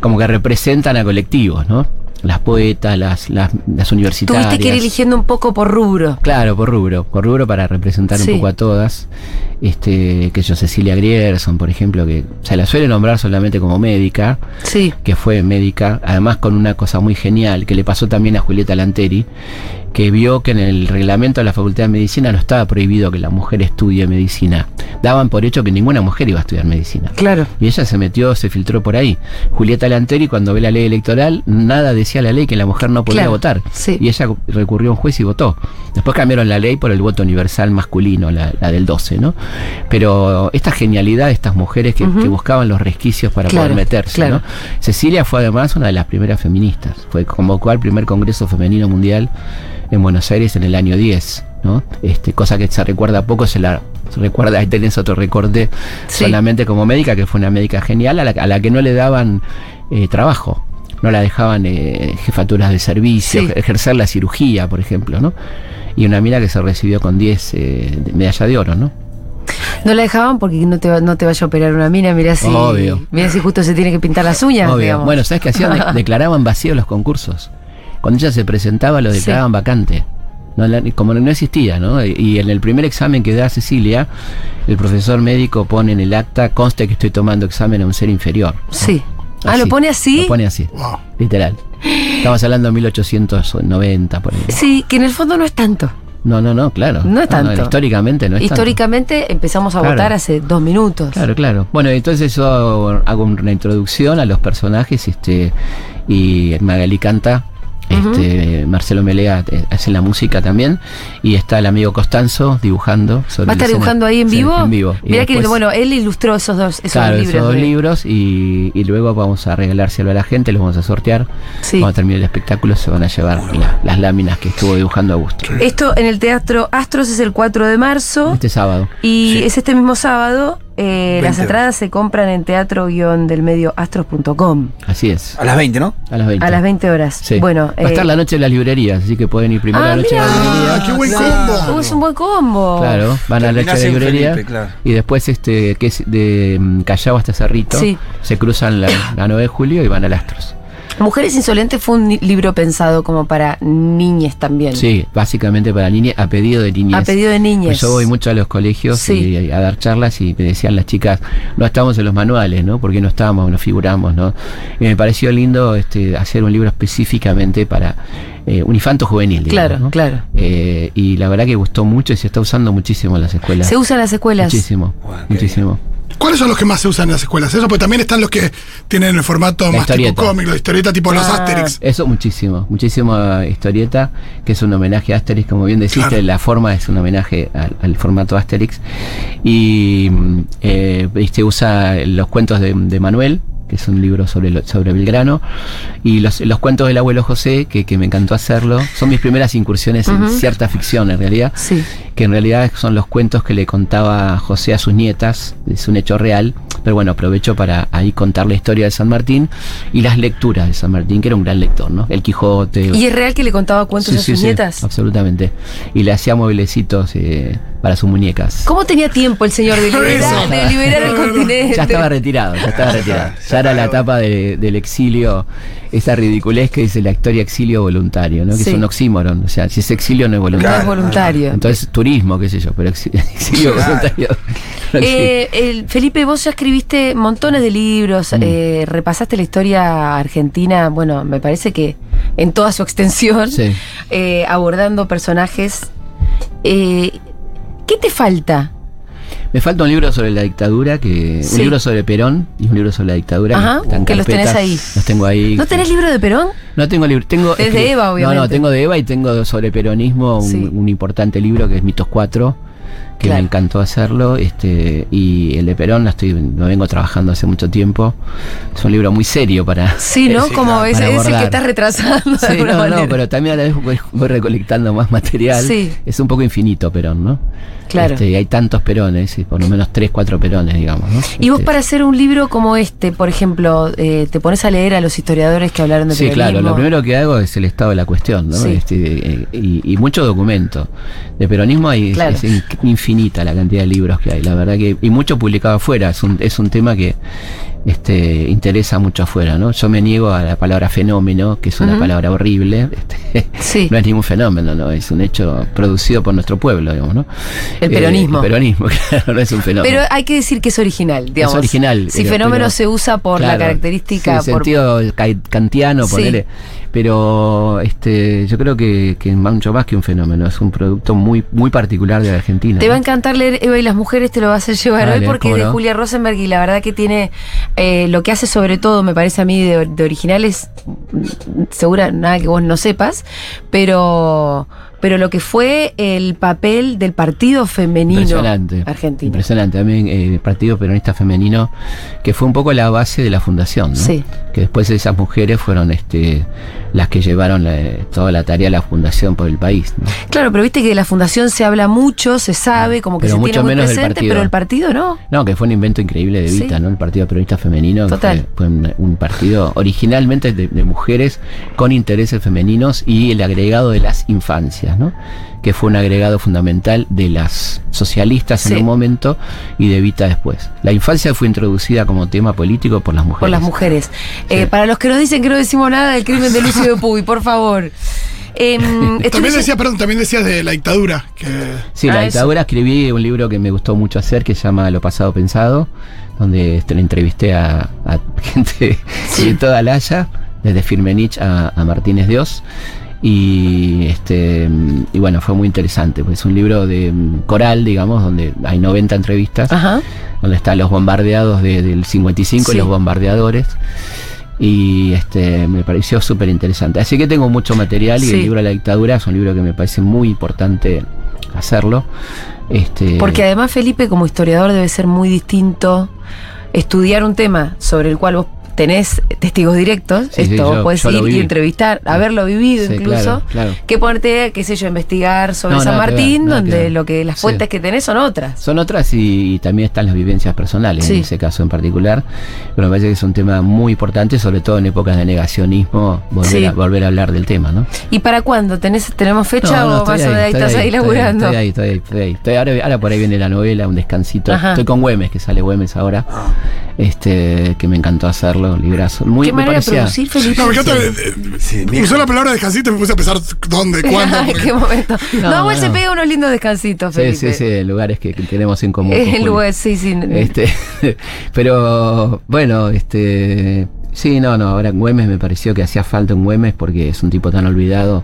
Speaker 7: como que representan a colectivos, ¿no? Las poetas, las, las, las universitarias.
Speaker 3: Tuviste que ir eligiendo un poco por rubro.
Speaker 7: Claro, por rubro, por rubro para representar
Speaker 3: Sí.
Speaker 7: un poco a todas. Este, que yo, Cecilia Grierson, por ejemplo, que se la suele nombrar solamente como médica,
Speaker 3: Sí.
Speaker 7: que fue médica, además con una cosa muy genial que le pasó también a Julieta Lanteri, que vio que en el reglamento de la Facultad de Medicina no estaba prohibido que la mujer estudie medicina. Daban por hecho que ninguna mujer iba a estudiar medicina.
Speaker 3: Claro.
Speaker 7: Y ella se metió, se filtró por ahí. Julieta Lanteri, cuando ve la ley electoral, nada decía la ley que la mujer no podía
Speaker 3: Claro,
Speaker 7: votar.
Speaker 3: sí.
Speaker 7: Y ella recurrió a un juez y votó. Después cambiaron la ley por el voto universal masculino, la, la del 12, ¿no? Pero esta genialidad de estas mujeres que, que buscaban los resquicios para
Speaker 3: Claro,
Speaker 7: poder meterse,
Speaker 3: claro.
Speaker 7: ¿no? Cecilia fue además una de las primeras feministas. Fue convocó al primer Congreso Femenino Mundial en Buenos Aires en el año 10, ¿no? Este, cosa que se recuerda poco, se la se recuerda, ahí tenés otro recorte
Speaker 3: Sí.
Speaker 7: solamente como médica, que fue una médica genial, a la, a la que no le daban eh, trabajo. No la dejaban eh, jefaturas de servicio,
Speaker 3: Sí.
Speaker 7: ejercer la cirugía, por ejemplo, ¿no? Y una mina que se recibió con 10 eh, de- medalla de oro, ¿no?
Speaker 3: No la dejaban porque no te, va- no te vaya a operar una mina, mira si.
Speaker 7: Obvio.
Speaker 3: Mira si justo se tiene que pintar las uñas,
Speaker 7: Obvio.
Speaker 3: digamos.
Speaker 7: Bueno, ¿sabes qué hacían? De- declaraban vacíos los concursos. Cuando ella se presentaba, lo
Speaker 3: Sí.
Speaker 7: declaraban vacante. No la- como no existía, ¿no? Y en el primer examen que da Cecilia, el profesor médico pone en el acta, conste que estoy tomando examen a un ser inferior.
Speaker 3: Sí. Ah, ¿lo
Speaker 7: Así.
Speaker 3: pone así?
Speaker 7: Lo pone así,
Speaker 2: Wow.
Speaker 7: literal. Estamos hablando de 1890, por ahí.
Speaker 3: Sí, que en el fondo no es tanto.
Speaker 7: No, no, no, claro.
Speaker 3: No es tanto.
Speaker 7: históricamente no es tanto.
Speaker 3: Históricamente empezamos a
Speaker 7: Claro.
Speaker 3: votar hace dos minutos.
Speaker 7: Claro, claro. Bueno, entonces yo hago- hago una introducción a los personajes este, y Magali canta. Este, Marcelo Melea eh, hace la música también y está el amigo Costanzo dibujando. sobre
Speaker 3: ¿Va a estar
Speaker 7: la escena.
Speaker 3: dibujando ahí en
Speaker 7: Sí,
Speaker 3: vivo?
Speaker 7: En vivo. Y
Speaker 3: Mirá que,
Speaker 7: después-
Speaker 3: bueno, él ilustró esos dos, esos
Speaker 7: claro,
Speaker 3: libros.
Speaker 7: esos dos
Speaker 3: de-
Speaker 7: libros y, y luego vamos a regalárselo a la gente, los vamos a sortear.
Speaker 3: Sí.
Speaker 7: Cuando termine el espectáculo se van a llevar la- las láminas que estuvo dibujando Augusto.
Speaker 3: Esto en el Teatro Astros es el 4 de marzo
Speaker 7: Este sábado.
Speaker 3: y es este mismo sábado. Eh, las
Speaker 4: 20.
Speaker 3: entradas se compran en teatro-delmedioastros.com
Speaker 7: Así es.
Speaker 4: A las 20, ¿no?
Speaker 7: A las 20.
Speaker 3: a las 20 horas.
Speaker 7: Sí.
Speaker 3: Bueno,
Speaker 7: Va a estar
Speaker 3: eh,
Speaker 7: la noche de las librerías, así que pueden ir primero a
Speaker 3: Ah,
Speaker 7: la noche de las
Speaker 3: mirá.
Speaker 7: librerías.
Speaker 2: Ah, qué buen
Speaker 3: Uh,
Speaker 2: combo.
Speaker 3: es un buen combo.
Speaker 7: Claro, van a la
Speaker 4: Terminás
Speaker 7: noche de
Speaker 4: en
Speaker 7: librería.
Speaker 4: Felipe, claro.
Speaker 7: Y después, este, que es de mm, Callao hasta Cerrito,
Speaker 3: Sí.
Speaker 7: se cruzan la, la 9 de julio y van al Astros.
Speaker 3: Mujeres Insolentes fue un ni- libro pensado como para niñas también.
Speaker 7: Sí, básicamente para niñas, a pedido de niñas.
Speaker 3: A pedido de niñas.
Speaker 7: Pues yo voy mucho a los colegios
Speaker 3: Sí.
Speaker 7: y a dar charlas y me decían las chicas, no estamos en los manuales, ¿no? Porque no estábamos, no figuramos, ¿no? Y me pareció lindo este, hacer un libro específicamente para eh, un infanto juvenil. digamos,
Speaker 3: Claro,
Speaker 7: ¿no?
Speaker 3: claro.
Speaker 7: Eh, y la verdad que gustó mucho y se está usando muchísimo en las escuelas.
Speaker 3: Se usan las escuelas.
Speaker 7: Muchísimo, muchísimo.
Speaker 2: ¿Cuáles son los que más se usan en las escuelas? Eso, pues también están los que tienen el formato
Speaker 7: La
Speaker 2: más tipo
Speaker 7: historieta.
Speaker 2: cómic, la historieta tipo los
Speaker 3: Ah.
Speaker 2: Asterix.
Speaker 7: Eso muchísimo, muchísimo eh, historieta, que es un homenaje a Asterix, como bien deciste,
Speaker 2: Claro.
Speaker 7: la forma es un homenaje al, al formato Asterix. Y mm, eh, este, usa los cuentos de, de Manuel, que es un libro sobre, lo- sobre Belgrano, y los, los cuentos del abuelo José, que, que me encantó hacerlo. Son mis primeras incursiones en
Speaker 3: Ujú.
Speaker 7: cierta ficción, en realidad
Speaker 3: Sí.
Speaker 7: que en realidad son los cuentos que le contaba José a sus nietas, es un hecho real, pero bueno, aprovecho para ahí contar la historia de San Martín y las lecturas de San Martín, que era un gran lector, ¿no? El Quijote.
Speaker 3: ¿Y es real que le contaba cuentos
Speaker 7: Sí,
Speaker 3: a
Speaker 7: sí,
Speaker 3: sus
Speaker 7: sí,
Speaker 3: nietas?
Speaker 7: absolutamente. Y le hacía mueblecitos eh, para sus muñecas.
Speaker 3: ¿Cómo tenía tiempo el señor de liberar,
Speaker 2: Eso.
Speaker 3: de liberar el continente?
Speaker 7: Ya estaba retirado, ya estaba retirado. Ya era la etapa de- del exilio, esa ridiculez que dice la historia exilio voluntario, ¿no? Que
Speaker 3: Sí.
Speaker 7: es un oxímoron. O sea, si es exilio no es
Speaker 3: No
Speaker 7: voluntario.
Speaker 3: es voluntario.
Speaker 7: Entonces, turismo, qué sé yo, pero exi- exilio voluntario. no existe.
Speaker 3: Eh, el- Felipe, vos ya escribiste montones de libros,
Speaker 7: Mm.
Speaker 3: eh, repasaste la historia argentina, bueno, me parece que en toda su extensión,
Speaker 7: Sí.
Speaker 3: eh, abordando personajes. Eh, ¿Qué te falta?
Speaker 7: Me falta un libro sobre la dictadura, que
Speaker 3: Sí.
Speaker 7: un libro sobre Perón y un libro sobre la dictadura.
Speaker 3: Ajá,
Speaker 7: están
Speaker 3: que los
Speaker 7: carpetas,
Speaker 3: tenés ahí.
Speaker 7: Los tengo ahí.
Speaker 3: ¿No tenés libro de Perón?
Speaker 7: No tengo libro. Tengo,
Speaker 3: Desde
Speaker 7: escri-
Speaker 3: Eva, obviamente.
Speaker 7: No, no, tengo de Eva y tengo sobre peronismo un,
Speaker 3: Sí.
Speaker 7: un importante libro que es Mitos 4, que
Speaker 3: Claro.
Speaker 7: me encantó hacerlo. este Y el de Perón lo, estoy, lo vengo trabajando hace mucho tiempo. Es un libro muy serio para...
Speaker 3: Sí, ¿no?
Speaker 7: Sí,
Speaker 3: Como
Speaker 7: claro,
Speaker 3: es,
Speaker 7: para
Speaker 3: es el
Speaker 7: abordar.
Speaker 3: que estás retrasando. de
Speaker 7: Sí,
Speaker 3: alguna
Speaker 7: no, no,
Speaker 3: manera.
Speaker 7: pero también a la vez voy, voy recolectando más material.
Speaker 3: Sí.
Speaker 7: Es un poco infinito Perón, ¿no?
Speaker 3: Claro.
Speaker 7: Este, y hay tantos Perones, y por lo menos tres, cuatro Perones, digamos. ¿no?
Speaker 3: Y vos
Speaker 7: Este,
Speaker 3: para hacer un libro como este, por ejemplo, eh, te pones a leer a los historiadores que hablaron de
Speaker 7: Sí, claro,
Speaker 3: peronismo?
Speaker 7: lo primero que hago es el estado de la cuestión, ¿no?
Speaker 3: Sí.
Speaker 7: Este, eh, y, y mucho documento. De peronismo hay,
Speaker 3: Claro.
Speaker 7: es in- infinita la cantidad de libros que hay, la verdad que, y mucho publicado afuera, es un, es un tema que este, interesa mucho afuera, ¿no? Yo me niego a la palabra fenómeno, que es una
Speaker 3: Ujú.
Speaker 7: palabra horrible, este,
Speaker 3: Sí.
Speaker 7: no es ningún fenómeno, ¿no? Es un hecho producido por nuestro pueblo, digamos, ¿no?
Speaker 3: El
Speaker 7: Eh,
Speaker 3: peronismo.
Speaker 7: el peronismo, claro, no es un fenómeno.
Speaker 3: Pero hay que decir que es original, digamos.
Speaker 7: Es original.
Speaker 3: Si
Speaker 7: pero-
Speaker 3: fenómeno
Speaker 7: pero-
Speaker 3: se usa por la
Speaker 7: Claro,
Speaker 3: característica,
Speaker 7: sí,
Speaker 3: por
Speaker 7: sentido ca- kantiano,
Speaker 3: Sí.
Speaker 7: ponele. Pero este, yo creo que, que es mucho más que un fenómeno, es un producto muy, muy particular de la Argentina.
Speaker 3: Te va a
Speaker 7: ¿no?
Speaker 3: encantar leer Eva y las mujeres, te lo vas a llevar
Speaker 7: Dale,
Speaker 3: hoy porque es
Speaker 7: cómo
Speaker 3: de
Speaker 7: no.
Speaker 3: Julia Rosenberg y la verdad que tiene eh, lo que hace sobre todo, me parece a mí, de, de original es mm, segura nada que vos no sepas, pero, pero lo que fue el papel del partido femenino
Speaker 7: Impresionante.
Speaker 3: argentino.
Speaker 7: Impresionante. También eh, el Partido Peronista Femenino, que fue un poco la base de la fundación, ¿no?
Speaker 3: Sí.
Speaker 7: Que después esas mujeres fueron este, las que llevaron la- toda la tarea de la fundación por el país. ¿no?
Speaker 3: Claro, pero viste que de la fundación se habla mucho, se sabe, como que
Speaker 7: Pero
Speaker 3: se
Speaker 7: mucho
Speaker 3: tiene muy
Speaker 7: menos del
Speaker 3: presente,
Speaker 7: partido.
Speaker 3: pero el partido no.
Speaker 7: No, que fue un invento increíble de Vita,
Speaker 3: Sí.
Speaker 7: ¿no? El Partido Peronista Femenino. que
Speaker 3: Total.
Speaker 7: Fue, fue un, un partido originalmente de, de mujeres con intereses femeninos y el agregado de las infancias, ¿no? Que fue un agregado fundamental de las socialistas
Speaker 3: Sí.
Speaker 7: en un momento y de Vita después. La infancia fue introducida como tema político por las mujeres.
Speaker 3: Por las mujeres. Eh, para los que nos dicen que no decimos nada del crimen de Lucio de Puy, por favor. Em, estoy
Speaker 2: También
Speaker 3: leyendo-
Speaker 2: decías, perdón, también decías de la dictadura. Que...
Speaker 7: Sí,
Speaker 3: Ah,
Speaker 7: la
Speaker 3: eso.
Speaker 7: dictadura escribí un libro que me gustó mucho hacer que se llama Lo pasado pensado, donde este, le entrevisté a, a gente de toda la Haya, desde Firmenich a, a Martínez Dios. Y este y bueno, fue muy interesante, pues es un libro de mm, coral, digamos, donde hay 90 entrevistas,
Speaker 3: Ajá.
Speaker 7: donde están los bombardeados de- del 55
Speaker 3: Sí.
Speaker 7: y los bombardeadores. Y este me pareció súper interesante. Así que tengo mucho material y
Speaker 3: Sí.
Speaker 7: el libro La dictadura es un libro que me parece muy importante hacerlo. Este,
Speaker 3: Porque además Felipe como historiador debe ser muy distinto estudiar un tema sobre el cual vos tenés testigos directos,
Speaker 7: Sí, sí,
Speaker 3: esto vos
Speaker 7: yo-
Speaker 3: podés
Speaker 7: yo lo
Speaker 3: ir y
Speaker 7: viví.
Speaker 3: entrevistar, haberlo vivido
Speaker 7: Sí,
Speaker 3: incluso,
Speaker 7: claro, claro.
Speaker 3: que ponerte, qué sé yo, a investigar sobre
Speaker 7: No,
Speaker 3: San
Speaker 7: nada que ver,
Speaker 3: Martín,
Speaker 7: nada que
Speaker 3: donde
Speaker 7: ver.
Speaker 3: lo que las
Speaker 7: Sí.
Speaker 3: fuentes que tenés son otras.
Speaker 7: Son otras y, y también están las vivencias personales
Speaker 3: Sí.
Speaker 7: en ese caso en particular. Pero me parece que es un tema muy importante, sobre todo en épocas de negacionismo, volver,
Speaker 3: Sí.
Speaker 7: a, volver a hablar del tema, ¿no?
Speaker 3: ¿Y para cuándo? ¿Tenés, ¿Tenemos fecha
Speaker 7: No, no,
Speaker 3: o
Speaker 7: estoy
Speaker 3: vas a
Speaker 7: estoy
Speaker 3: estás ahí
Speaker 7: estoy
Speaker 3: laburando?
Speaker 7: Estoy ahí, estoy ahí, estoy ahí. Estoy- ahora, ahora por ahí viene la novela, un descansito.
Speaker 3: Ajá.
Speaker 7: Estoy con Güemes, que sale Güemes ahora. este, que me encantó hacerlo, librazo. Muy,
Speaker 3: Qué
Speaker 7: me
Speaker 3: manera de
Speaker 7: parecía-
Speaker 3: producir, Felipe.
Speaker 2: No, me encanta. eh,
Speaker 4: Sí,
Speaker 2: eh,
Speaker 4: viejo.
Speaker 2: Usó la palabra descansito y me puse a pensar dónde, cuándo.
Speaker 3: Ay,
Speaker 2: porque-
Speaker 3: qué momento. No,
Speaker 7: pues? No,
Speaker 3: igual se
Speaker 7: bueno.
Speaker 3: pega unos lindos descansitos,
Speaker 7: Sí,
Speaker 3: Felipe.
Speaker 7: sí, sí, lugares que, que tenemos en común. con
Speaker 3: El
Speaker 7: Juli.
Speaker 3: lugar, sí, sí.
Speaker 7: Este, pero bueno, este sí, no, no, ahora en Güemes me pareció que hacía falta un Güemes porque es un tipo tan olvidado.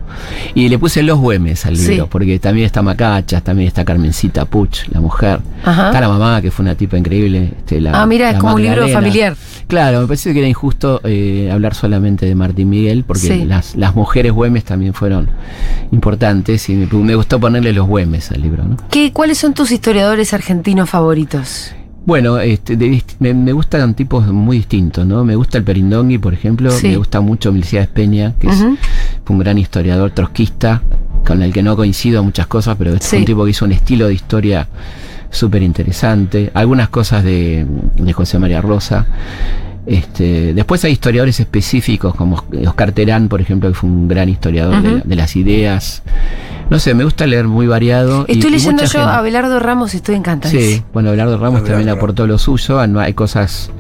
Speaker 7: Y le puse los Güemes al
Speaker 3: Sí.
Speaker 7: libro, porque también está Macachas, también está Carmencita Puch, la mujer.
Speaker 3: Ajá.
Speaker 7: Está la mamá, que fue una tipa increíble. este, la-
Speaker 3: Ah, mira, es
Speaker 7: la
Speaker 3: como un libro
Speaker 7: Magdalena.
Speaker 3: familiar.
Speaker 7: Claro, me pareció que era injusto eh, hablar solamente de Martín Miguel, porque
Speaker 3: Sí.
Speaker 7: las, las mujeres Güemes también fueron importantes y me, me gustó ponerle los Güemes al libro, ¿no?
Speaker 3: ¿Qué, ¿Cuáles son tus historiadores argentinos favoritos?
Speaker 7: Bueno, este, de dist- me, me gustan tipos muy distintos, ¿no? Me gusta el Perindongui, por ejemplo,
Speaker 3: Sí.
Speaker 7: me gusta mucho Miliciades Peña, que es-
Speaker 3: Ujú.
Speaker 7: fue un gran historiador trotskista, con el que no coincido en muchas cosas, pero es
Speaker 3: Sí.
Speaker 7: un tipo que hizo un estilo de historia súper interesante. Algunas cosas de, de José María Rosa. Este, después hay historiadores específicos, como Oscar Terán, por ejemplo, que fue un gran historiador de,
Speaker 3: Ujú.
Speaker 7: la- de las ideas. No sé, me gusta leer muy variado. y-
Speaker 3: Estoy
Speaker 7: y
Speaker 3: leyendo
Speaker 7: mucha
Speaker 3: yo
Speaker 7: gente.
Speaker 3: a Abelardo Ramos y estoy encantada.
Speaker 7: Sí, bueno, Abelardo Ramos
Speaker 4: Abelardo
Speaker 7: también
Speaker 4: Ramos.
Speaker 7: aportó lo suyo. ah, no Hay cosas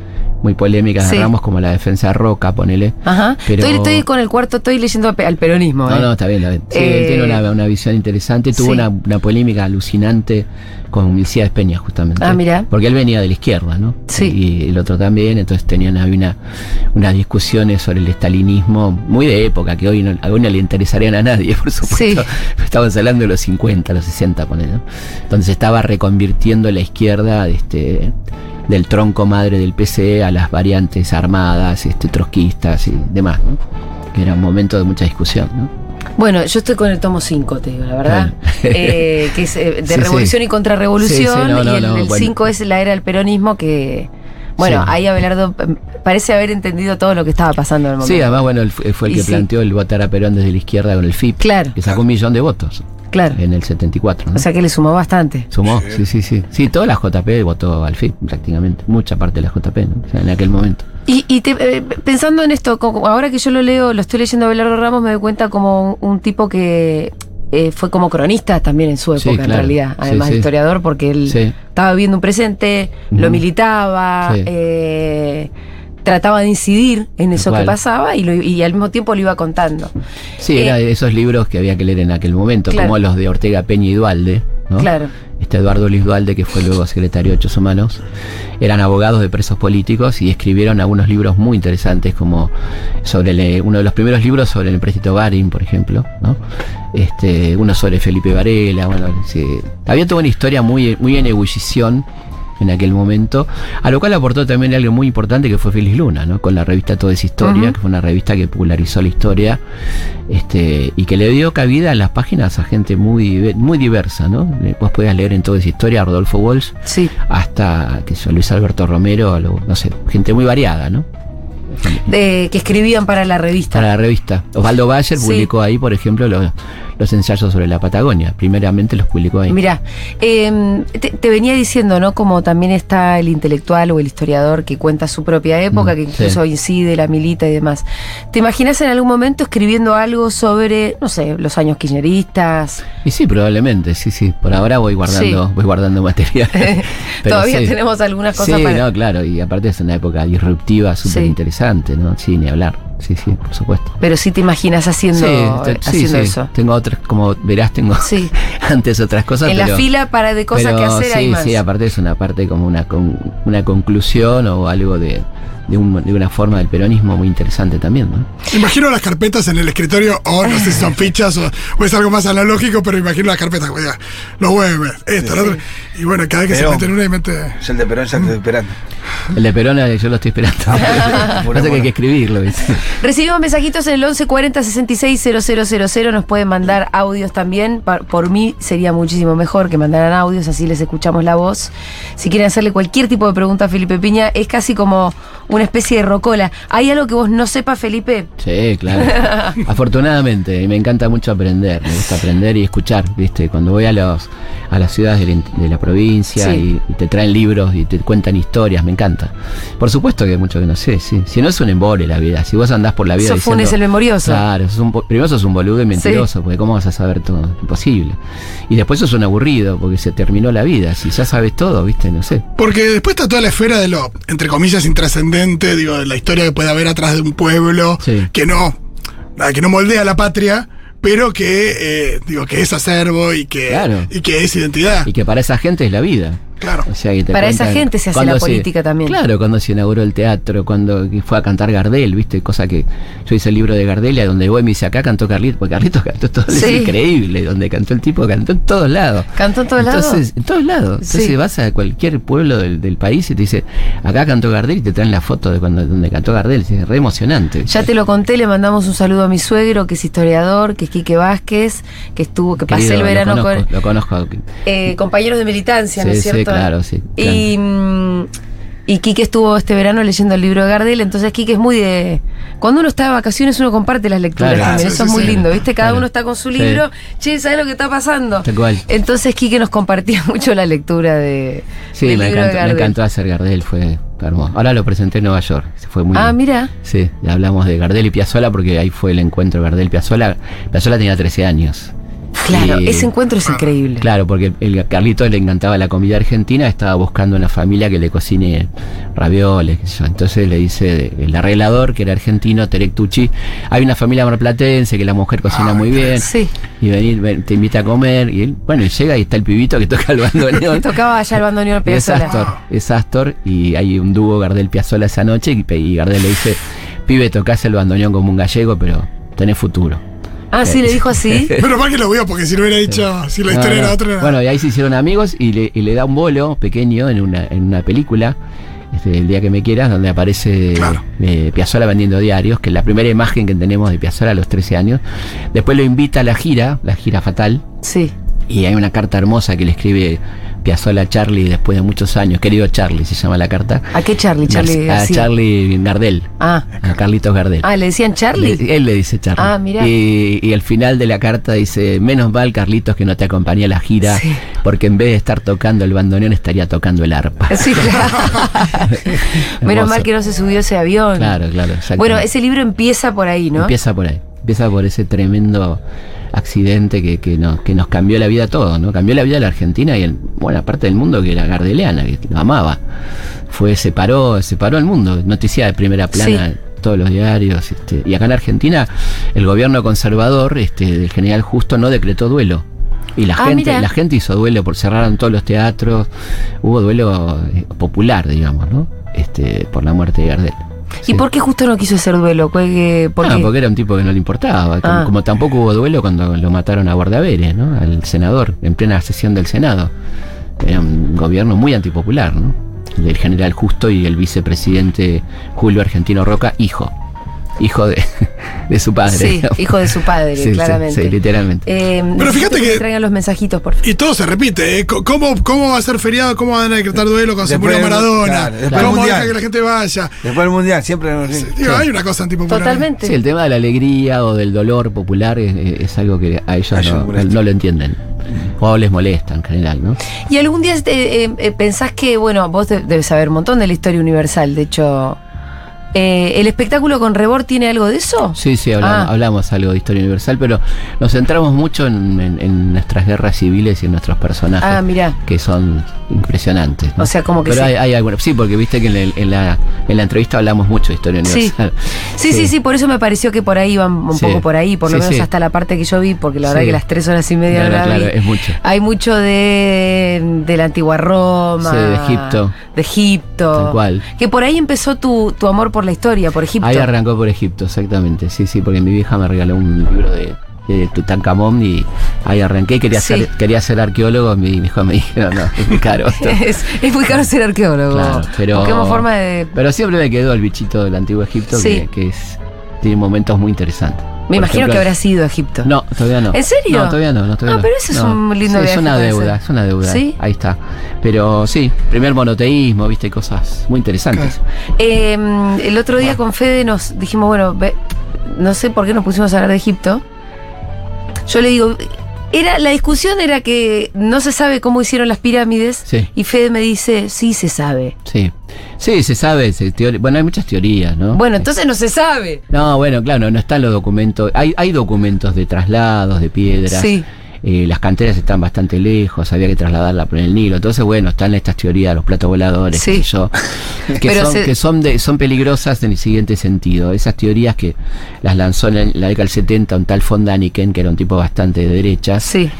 Speaker 7: muy polémicas
Speaker 3: Sí.
Speaker 7: de Ramos, como la defensa de Roca, ponele.
Speaker 3: Ajá.
Speaker 7: Pero-
Speaker 3: Estoy, estoy con el cuarto, estoy leyendo a pe- al peronismo.
Speaker 7: No,
Speaker 3: ¿eh?
Speaker 7: no, está bien, está bien. Sí,
Speaker 3: Eh,
Speaker 7: él tiene una, una visión interesante. Tuvo
Speaker 3: sí.
Speaker 7: una, una polémica alucinante con Milcías Peña, justamente.
Speaker 3: Ah, mirá.
Speaker 7: Porque él venía de la izquierda, ¿no?
Speaker 3: Sí.
Speaker 7: Y el otro también, entonces tenían había una, unas discusiones sobre el estalinismo muy de época, que hoy no, a hoy no le interesarían a nadie, por supuesto.
Speaker 3: Sí.
Speaker 7: Estaban hablando de los 50, los 60, ponele, ¿no? Entonces se estaba reconvirtiendo la izquierda este, del tronco madre del PCE a las variantes armadas, este, trotskistas y demás, ¿no? Que era un momento de mucha discusión, ¿no?
Speaker 3: Bueno, yo estoy con el tomo 5, te digo, la verdad.
Speaker 7: Bien.
Speaker 3: Eh, que es eh, de
Speaker 7: Sí, sí.
Speaker 3: revolución y contrarrevolución.
Speaker 7: Sí, sí, no, no,
Speaker 3: y el-
Speaker 7: no,
Speaker 3: el
Speaker 7: bueno.
Speaker 3: 5 es la era del peronismo que. Bueno,
Speaker 7: Sí.
Speaker 3: ahí Abelardo eh, parece haber entendido todo lo que estaba pasando en el momento.
Speaker 7: Sí, además, bueno, él fue fue el
Speaker 3: Y
Speaker 7: que
Speaker 3: sí.
Speaker 7: planteó el votar a Perón desde la izquierda con el FIP.
Speaker 3: Claro.
Speaker 7: Que sacó un millón de votos
Speaker 3: claro.
Speaker 7: en el 74, ¿no?
Speaker 3: O sea que le sumó bastante.
Speaker 7: Sumó, sí, sí, sí. Sí, todas las JP votó al FIP, prácticamente. Mucha parte de las JP, ¿no? O sea, en aquel momento.
Speaker 3: Y, y te- eh, pensando en esto, co- ahora que yo lo leo, lo estoy leyendo a Abelardo Ramos, me doy cuenta como un, un tipo que eh, fue como cronista también en su época,
Speaker 7: Sí,
Speaker 3: en
Speaker 7: claro.
Speaker 3: realidad.
Speaker 7: Sí,
Speaker 3: Además de
Speaker 7: sí.
Speaker 3: historiador, porque él
Speaker 7: Sí.
Speaker 3: estaba viviendo un presente, lo
Speaker 7: Ujú.
Speaker 3: militaba,
Speaker 7: Sí.
Speaker 3: eh, trataba de incidir en eso que
Speaker 7: cual.
Speaker 3: pasaba y, lo- y al mismo tiempo lo iba contando.
Speaker 7: Sí,
Speaker 3: Eh,
Speaker 7: era de esos libros que había que leer en aquel momento,
Speaker 3: Claro.
Speaker 7: como los de Ortega Peña y Dualde, ¿no?
Speaker 3: Claro.
Speaker 7: Este Eduardo Luis Dualde, que fue luego secretario de Hechos Humanos, eran abogados de presos políticos y escribieron algunos libros muy interesantes, como sobre el- uno de los primeros libros sobre el empréstito Barin, por ejemplo, ¿no? Este, uno sobre Felipe Varela, bueno, sí. había toda una historia muy, muy en ebullición en aquel momento, a lo cual aportó también algo muy importante que fue Félix Luna, ¿no? con la revista Todo es Historia,
Speaker 3: Ujú.
Speaker 7: que fue una revista que popularizó la historia este, y que le dio cabida a las páginas a gente muy, diver- muy diversa. ¿no? Le- Vos podías leer en Todo es Historia a Rodolfo Walsh
Speaker 3: Sí.
Speaker 7: hasta que yo, Luis Alberto Romero, a lo- no sé, gente muy variada, ¿no?
Speaker 3: De- que escribían para la revista.
Speaker 7: Para la revista. Osvaldo Bayer
Speaker 3: Sí.
Speaker 7: publicó ahí, por ejemplo, los, los ensayos sobre la Patagonia. Primeramente los publicó ahí.
Speaker 3: Mirá, eh, te, te venía diciendo, ¿no? Como también está el intelectual o el historiador que cuenta su propia época,
Speaker 7: Mm,
Speaker 3: que incluso
Speaker 7: sí.
Speaker 3: incide, la milita y demás. ¿Te imaginas en algún momento escribiendo algo sobre, no sé, los años kirchneristas?
Speaker 7: Y sí, probablemente, sí, sí. Por ahora voy guardando, voy guardando material. Pero
Speaker 3: Todavía
Speaker 7: sí.
Speaker 3: tenemos algunas cosas
Speaker 7: Sí,
Speaker 3: para.
Speaker 7: no, claro. Y aparte es una época disruptiva, súper
Speaker 3: Sí.
Speaker 7: interesante, ¿no? Sí, ni hablar. Sí, sí, por supuesto.
Speaker 3: Pero sí te imaginas haciendo,
Speaker 7: sí,
Speaker 3: eh,
Speaker 7: te- sí,
Speaker 3: haciendo
Speaker 7: sí.
Speaker 3: eso.
Speaker 7: Tengo otras, como verás, tengo
Speaker 3: Sí.
Speaker 7: antes otras cosas.
Speaker 3: en la
Speaker 7: pero-
Speaker 3: fila para de cosas que
Speaker 7: Pero
Speaker 3: hacer
Speaker 7: sí,
Speaker 3: hay más.
Speaker 7: Sí, aparte es una parte como una, con- una conclusión o algo de, de, un- de una forma del peronismo muy interesante también, ¿no?
Speaker 2: Imagino las carpetas en el escritorio, o no sé si son fichas o, o es algo más analógico, pero imagino las carpetas, como diga, los webs, esto, lo otro. Y bueno, cada vez que
Speaker 4: Pero-
Speaker 2: se mete en una y mete.
Speaker 4: Yo el de Perón ya te estoy esperando.
Speaker 7: El de Perón eh, yo lo estoy esperando.
Speaker 4: Ah, bueno,
Speaker 7: Pasa que hay
Speaker 4: bueno.
Speaker 7: que escribirlo, ¿viste?
Speaker 3: Recibimos mensajitos en el 1140 66 000. Nos pueden mandar audios también. Pa- Por mí sería muchísimo mejor que mandaran audios, así les escuchamos la voz. Si quieren hacerle cualquier tipo de pregunta a Felipe Piña, es casi como una especie de rocola. ¿Hay algo que vos no sepas, Felipe?
Speaker 7: Sí, claro. Afortunadamente, me encanta mucho aprender, me gusta aprender y escuchar, ¿viste? Cuando voy a los a las ciudades del in- de la, provincia
Speaker 3: Sí.
Speaker 7: y, y te traen libros y te cuentan historias, me encanta. Por supuesto que hay mucho que no sé, sí. Si no es un embole la vida, si vos andás por la vida
Speaker 3: Sos
Speaker 7: diciendo,
Speaker 3: Funes el memorioso.
Speaker 7: Claro, sos un, po- primero sos un boludo y mentiroso, porque cómo vas a saber todo, imposible. Y después sos un aburrido, porque se terminó la vida, si ya sabes todo, ¿viste? No sé.
Speaker 2: Porque después está toda la esfera de lo, entre comillas, intrascendente, digo, de la historia que puede haber atrás de un pueblo,
Speaker 7: Sí.
Speaker 2: que no, nada, que no moldea la patria, pero que, eh, digo, que es acervo y que,
Speaker 7: Claro.
Speaker 2: y que es identidad.
Speaker 7: Y que para esa gente es la vida.
Speaker 2: Claro.
Speaker 7: O sea, que te
Speaker 3: Para
Speaker 7: cuentan
Speaker 3: esa gente se hace
Speaker 7: cuando
Speaker 3: la política también.
Speaker 7: Claro, cuando se inauguró el teatro, cuando fue a cantar Gardel, ¿viste? Cosa que yo hice el libro de Gardel y a donde voy me dice, acá cantó Carlitos, porque Carlitos cantó todo,
Speaker 3: Sí.
Speaker 7: es increíble, donde cantó el tipo, cantó en todos lados.
Speaker 3: ¿Cantó en todos lados?
Speaker 7: Entonces, en todos lados. Entonces
Speaker 3: Sí.
Speaker 7: vas a cualquier pueblo del, del país y te dice, acá cantó Gardel y te traen la foto de cuando donde cantó Gardel, es re emocionante.
Speaker 3: Ya te lo conté, le mandamos un saludo a mi suegro, que es historiador, que es Quique Vázquez, que estuvo, que pasé
Speaker 7: Querido,
Speaker 3: el verano
Speaker 7: lo conozco,
Speaker 3: con
Speaker 7: lo conozco.
Speaker 3: eh, compañeros de militancia, ¿no
Speaker 7: Sí,
Speaker 3: es
Speaker 7: sí,
Speaker 3: cierto?
Speaker 7: claro, sí,
Speaker 3: Y, mm, y Quique estuvo este verano leyendo el libro de Gardel, entonces Quique es muy de. Cuando uno está de vacaciones, uno comparte las lecturas
Speaker 7: Claro,
Speaker 3: también,
Speaker 2: sí,
Speaker 3: eso
Speaker 2: sí,
Speaker 3: es muy
Speaker 2: sí.
Speaker 3: lindo, ¿viste? Cada
Speaker 7: Claro.
Speaker 3: uno está con su
Speaker 7: Sí.
Speaker 3: libro, che, ¿sabes lo que está pasando?
Speaker 7: Tal cual.
Speaker 3: Entonces Quique nos compartía mucho la lectura de.
Speaker 7: Sí,
Speaker 3: del
Speaker 7: me
Speaker 3: libro de
Speaker 7: encantó, me
Speaker 3: Gardel.
Speaker 7: encantó hacer Gardel, fue hermoso. Ahora lo presenté en Nueva York, se fue muy
Speaker 3: Ah,
Speaker 7: bien.
Speaker 3: mira.
Speaker 7: Sí, y hablamos de Gardel y Piazzola porque ahí fue el encuentro Gardel-Piazzola. Piazzola tenía 13 años.
Speaker 3: Claro,
Speaker 7: Y-
Speaker 3: ese encuentro
Speaker 2: Ah.
Speaker 3: es increíble.
Speaker 7: Claro, porque el Carlitos le encantaba la comida argentina, estaba buscando una familia que le cocine ravioles. qué sé yo. Entonces le dice el arreglador, que era argentino, Terek Tucci, hay una familia marplatense que la mujer cocina muy bien.
Speaker 3: Ah, Sí.
Speaker 7: Y venir, ven- te invita a comer. Y él, bueno, y llega y está el pibito que toca el bandoneón.
Speaker 3: Tocaba allá el bandoneón
Speaker 7: Es
Speaker 3: Piazzolla.
Speaker 7: Astor, es Astor y hay un dúo Gardel Piazzola esa noche y, y Gardel le dice, pibe, tocas el bandoneón como un gallego, pero tenés futuro.
Speaker 3: Ah, sí, le dijo así.
Speaker 2: Pero más que lo veo, porque si lo hubiera dicho, si la
Speaker 7: No,
Speaker 2: historia
Speaker 7: no.
Speaker 2: era otra, era-
Speaker 7: Ah, Bueno, y ahí se hicieron amigos y le, y le da un bolo pequeño en una, en una película, este, El día que me quieras, donde aparece
Speaker 2: Claro.
Speaker 7: eh, Piazzolla vendiendo diarios, que es la primera imagen que tenemos de Piazzolla a los 13 años. Después lo invita a la gira, la gira fatal,
Speaker 3: Sí.
Speaker 7: Y hay una carta hermosa que le escribe Piazzolla a Charlie después de muchos años. Querido Charlie, se llama la carta.
Speaker 3: ¿A qué Charlie? Charlie
Speaker 7: a
Speaker 3: García.
Speaker 7: Charlie Gardel.
Speaker 3: Ah.
Speaker 7: A Carlitos Gardel.
Speaker 3: Ah, le decían Charlie.
Speaker 7: Le- él le dice Charlie.
Speaker 3: Ah, mirá.
Speaker 7: Y, y al final de la carta dice, menos mal Carlitos que no te acompañé a la gira,
Speaker 3: Sí.
Speaker 7: porque en vez de estar tocando el bandoneón estaría tocando el arpa.
Speaker 3: Sí, claro. Menos
Speaker 7: Hermoso.
Speaker 3: mal que no se subió ese avión.
Speaker 7: Claro, claro. exactamente.
Speaker 3: Bueno, ese libro empieza por ahí, ¿no?
Speaker 7: Empieza por ahí. Empieza por ese tremendo accidente que, que, nos, que nos cambió la vida a todos, ¿no? Cambió la vida de la Argentina y el, buena parte del mundo que era gardeliana, que lo amaba. Fue, se paró, se paró el mundo. Noticia de primera plana.
Speaker 3: Sí.
Speaker 7: todos los diarios este, y acá en Argentina el gobierno conservador este, del general Justo no decretó duelo y la
Speaker 3: Ah,
Speaker 7: gente
Speaker 3: mirá.
Speaker 7: la gente hizo duelo por cerraron todos los teatros hubo duelo eh, popular digamos no este por la muerte de Gardel
Speaker 3: ¿Y
Speaker 7: Sí.
Speaker 3: por qué justo no quiso hacer duelo? ¿Por qué? por
Speaker 7: Ah,
Speaker 3: qué?
Speaker 7: porque era un tipo que no le importaba. Como,
Speaker 3: Ah.
Speaker 7: como tampoco hubo duelo cuando lo mataron a Guardaveres, ¿no? Al senador, en plena sesión del Senado. Era un gobierno muy antipopular, ¿no? Del general Justo y el vicepresidente Julio Argentino Roca, hijo. Hijo de, de su padre.
Speaker 3: sí,
Speaker 7: digamos.
Speaker 3: hijo de su padre,
Speaker 7: Sí, sí,
Speaker 3: claramente.
Speaker 7: sí, literalmente.
Speaker 3: Eh,
Speaker 2: Pero fíjate
Speaker 3: necesito
Speaker 2: que-
Speaker 3: traigan los mensajitos, por favor.
Speaker 2: Y todo se repite, ¿eh? C- ¿Cómo, ¿Cómo va a ser feriado? ¿Cómo van a decretar duelo cuando se
Speaker 4: Después
Speaker 2: murió
Speaker 4: del-
Speaker 2: Maradona?
Speaker 4: claro, después
Speaker 2: ¿Cómo
Speaker 4: del
Speaker 2: deja
Speaker 4: Mundial.
Speaker 2: que la gente vaya?
Speaker 4: Después del mundial, siempre nos ríen.
Speaker 2: Digo, hay una cosa antipopular.
Speaker 3: Totalmente.
Speaker 7: Sí, el tema de la alegría o del dolor popular es, es algo que a ellos
Speaker 4: A ellos
Speaker 7: no,
Speaker 4: molesta.
Speaker 7: no lo entienden. O les molesta en general, ¿no?
Speaker 3: Y algún día eh, eh, eh, pensás que, bueno, vos de- debes saber un montón de la historia universal. De hecho, eh, ¿el espectáculo con Rebor tiene algo de eso?
Speaker 7: Sí, sí, hablamos,
Speaker 3: Ah.
Speaker 7: hablamos algo de historia universal, pero nos centramos mucho en, en- en nuestras guerras civiles y en nuestros personajes.
Speaker 3: Ah, mirá.
Speaker 7: Que son impresionantes.
Speaker 3: O sea, como que
Speaker 7: Pero
Speaker 3: sí.
Speaker 7: hay, hay algunos- Sí, porque viste que en, el- en la, en la entrevista hablamos mucho de historia
Speaker 3: Sí.
Speaker 7: universal.
Speaker 3: Sí, sí, sí, por eso me pareció que por ahí iban un
Speaker 7: Sí.
Speaker 3: poco por ahí, por lo
Speaker 7: Sí,
Speaker 3: menos
Speaker 7: sí.
Speaker 3: hasta la parte que yo vi, porque la verdad
Speaker 7: Sí.
Speaker 3: que las tres horas y media
Speaker 7: Claro,
Speaker 3: no la
Speaker 7: claro,
Speaker 3: vi.
Speaker 7: es mucho.
Speaker 3: Hay mucho de, de la antigua Roma.
Speaker 7: Sí, de Egipto.
Speaker 3: De Egipto.
Speaker 7: Tal cual.
Speaker 3: Que por ahí empezó tu, tu amor por la historia, por Egipto.
Speaker 7: Ahí arrancó por Egipto, exactamente. Sí, sí, porque mi vieja me regaló un libro de, de Tutankamón y ahí arranqué. Quería,
Speaker 3: Sí.
Speaker 7: ser, quería ser arqueólogo, mi hijo me dijo, no, no, es muy caro esto".
Speaker 3: es, es muy caro ser arqueólogo.
Speaker 7: Claro, pero,
Speaker 3: Busquemos forma de...
Speaker 7: pero siempre me quedó el bichito del antiguo Egipto,
Speaker 3: Sí.
Speaker 7: que, que es, tiene momentos muy interesantes. por
Speaker 3: Me imagino
Speaker 7: ejemplo,
Speaker 3: que habrá sido Egipto.
Speaker 7: No, todavía no.
Speaker 3: ¿En serio?
Speaker 7: No, todavía no. no, todavía
Speaker 3: Ah,
Speaker 7: no.
Speaker 3: pero ese es
Speaker 7: No.
Speaker 3: un lindo
Speaker 7: Sí,
Speaker 3: viaje,
Speaker 7: Es una
Speaker 3: puede
Speaker 7: deuda,
Speaker 3: ser.
Speaker 7: es una deuda.
Speaker 3: ¿Sí?
Speaker 7: Ahí está. Pero sí, primer monoteísmo, viste, cosas muy interesantes.
Speaker 3: Eh, el otro día
Speaker 7: Ah.
Speaker 3: con Fede nos dijimos, bueno, ve- no sé por qué nos pusimos a hablar de Egipto. Yo le digo, era, la discusión era que no se sabe cómo hicieron las pirámides.
Speaker 7: Sí.
Speaker 3: Y Fede me dice, sí se sabe.
Speaker 7: Sí. Sí, se sabe. se teori- bueno, hay muchas teorías, ¿no?
Speaker 3: Bueno, entonces no se sabe.
Speaker 7: No, bueno, claro, no están los documentos. Hay, hay documentos de traslados de piedras.
Speaker 3: Sí.
Speaker 7: Eh, las canteras están bastante lejos, había que trasladarla por el Nilo. Entonces, bueno, están estas teorías de los platos voladores,
Speaker 3: Sí.
Speaker 7: qué sé yo, que,
Speaker 3: Pero
Speaker 7: son,
Speaker 3: se-
Speaker 7: que son, de- son peligrosas en el siguiente sentido. Esas teorías que las lanzó en el- la década del 70 un tal von Daniken, que era un tipo bastante de derecha,
Speaker 3: Sí.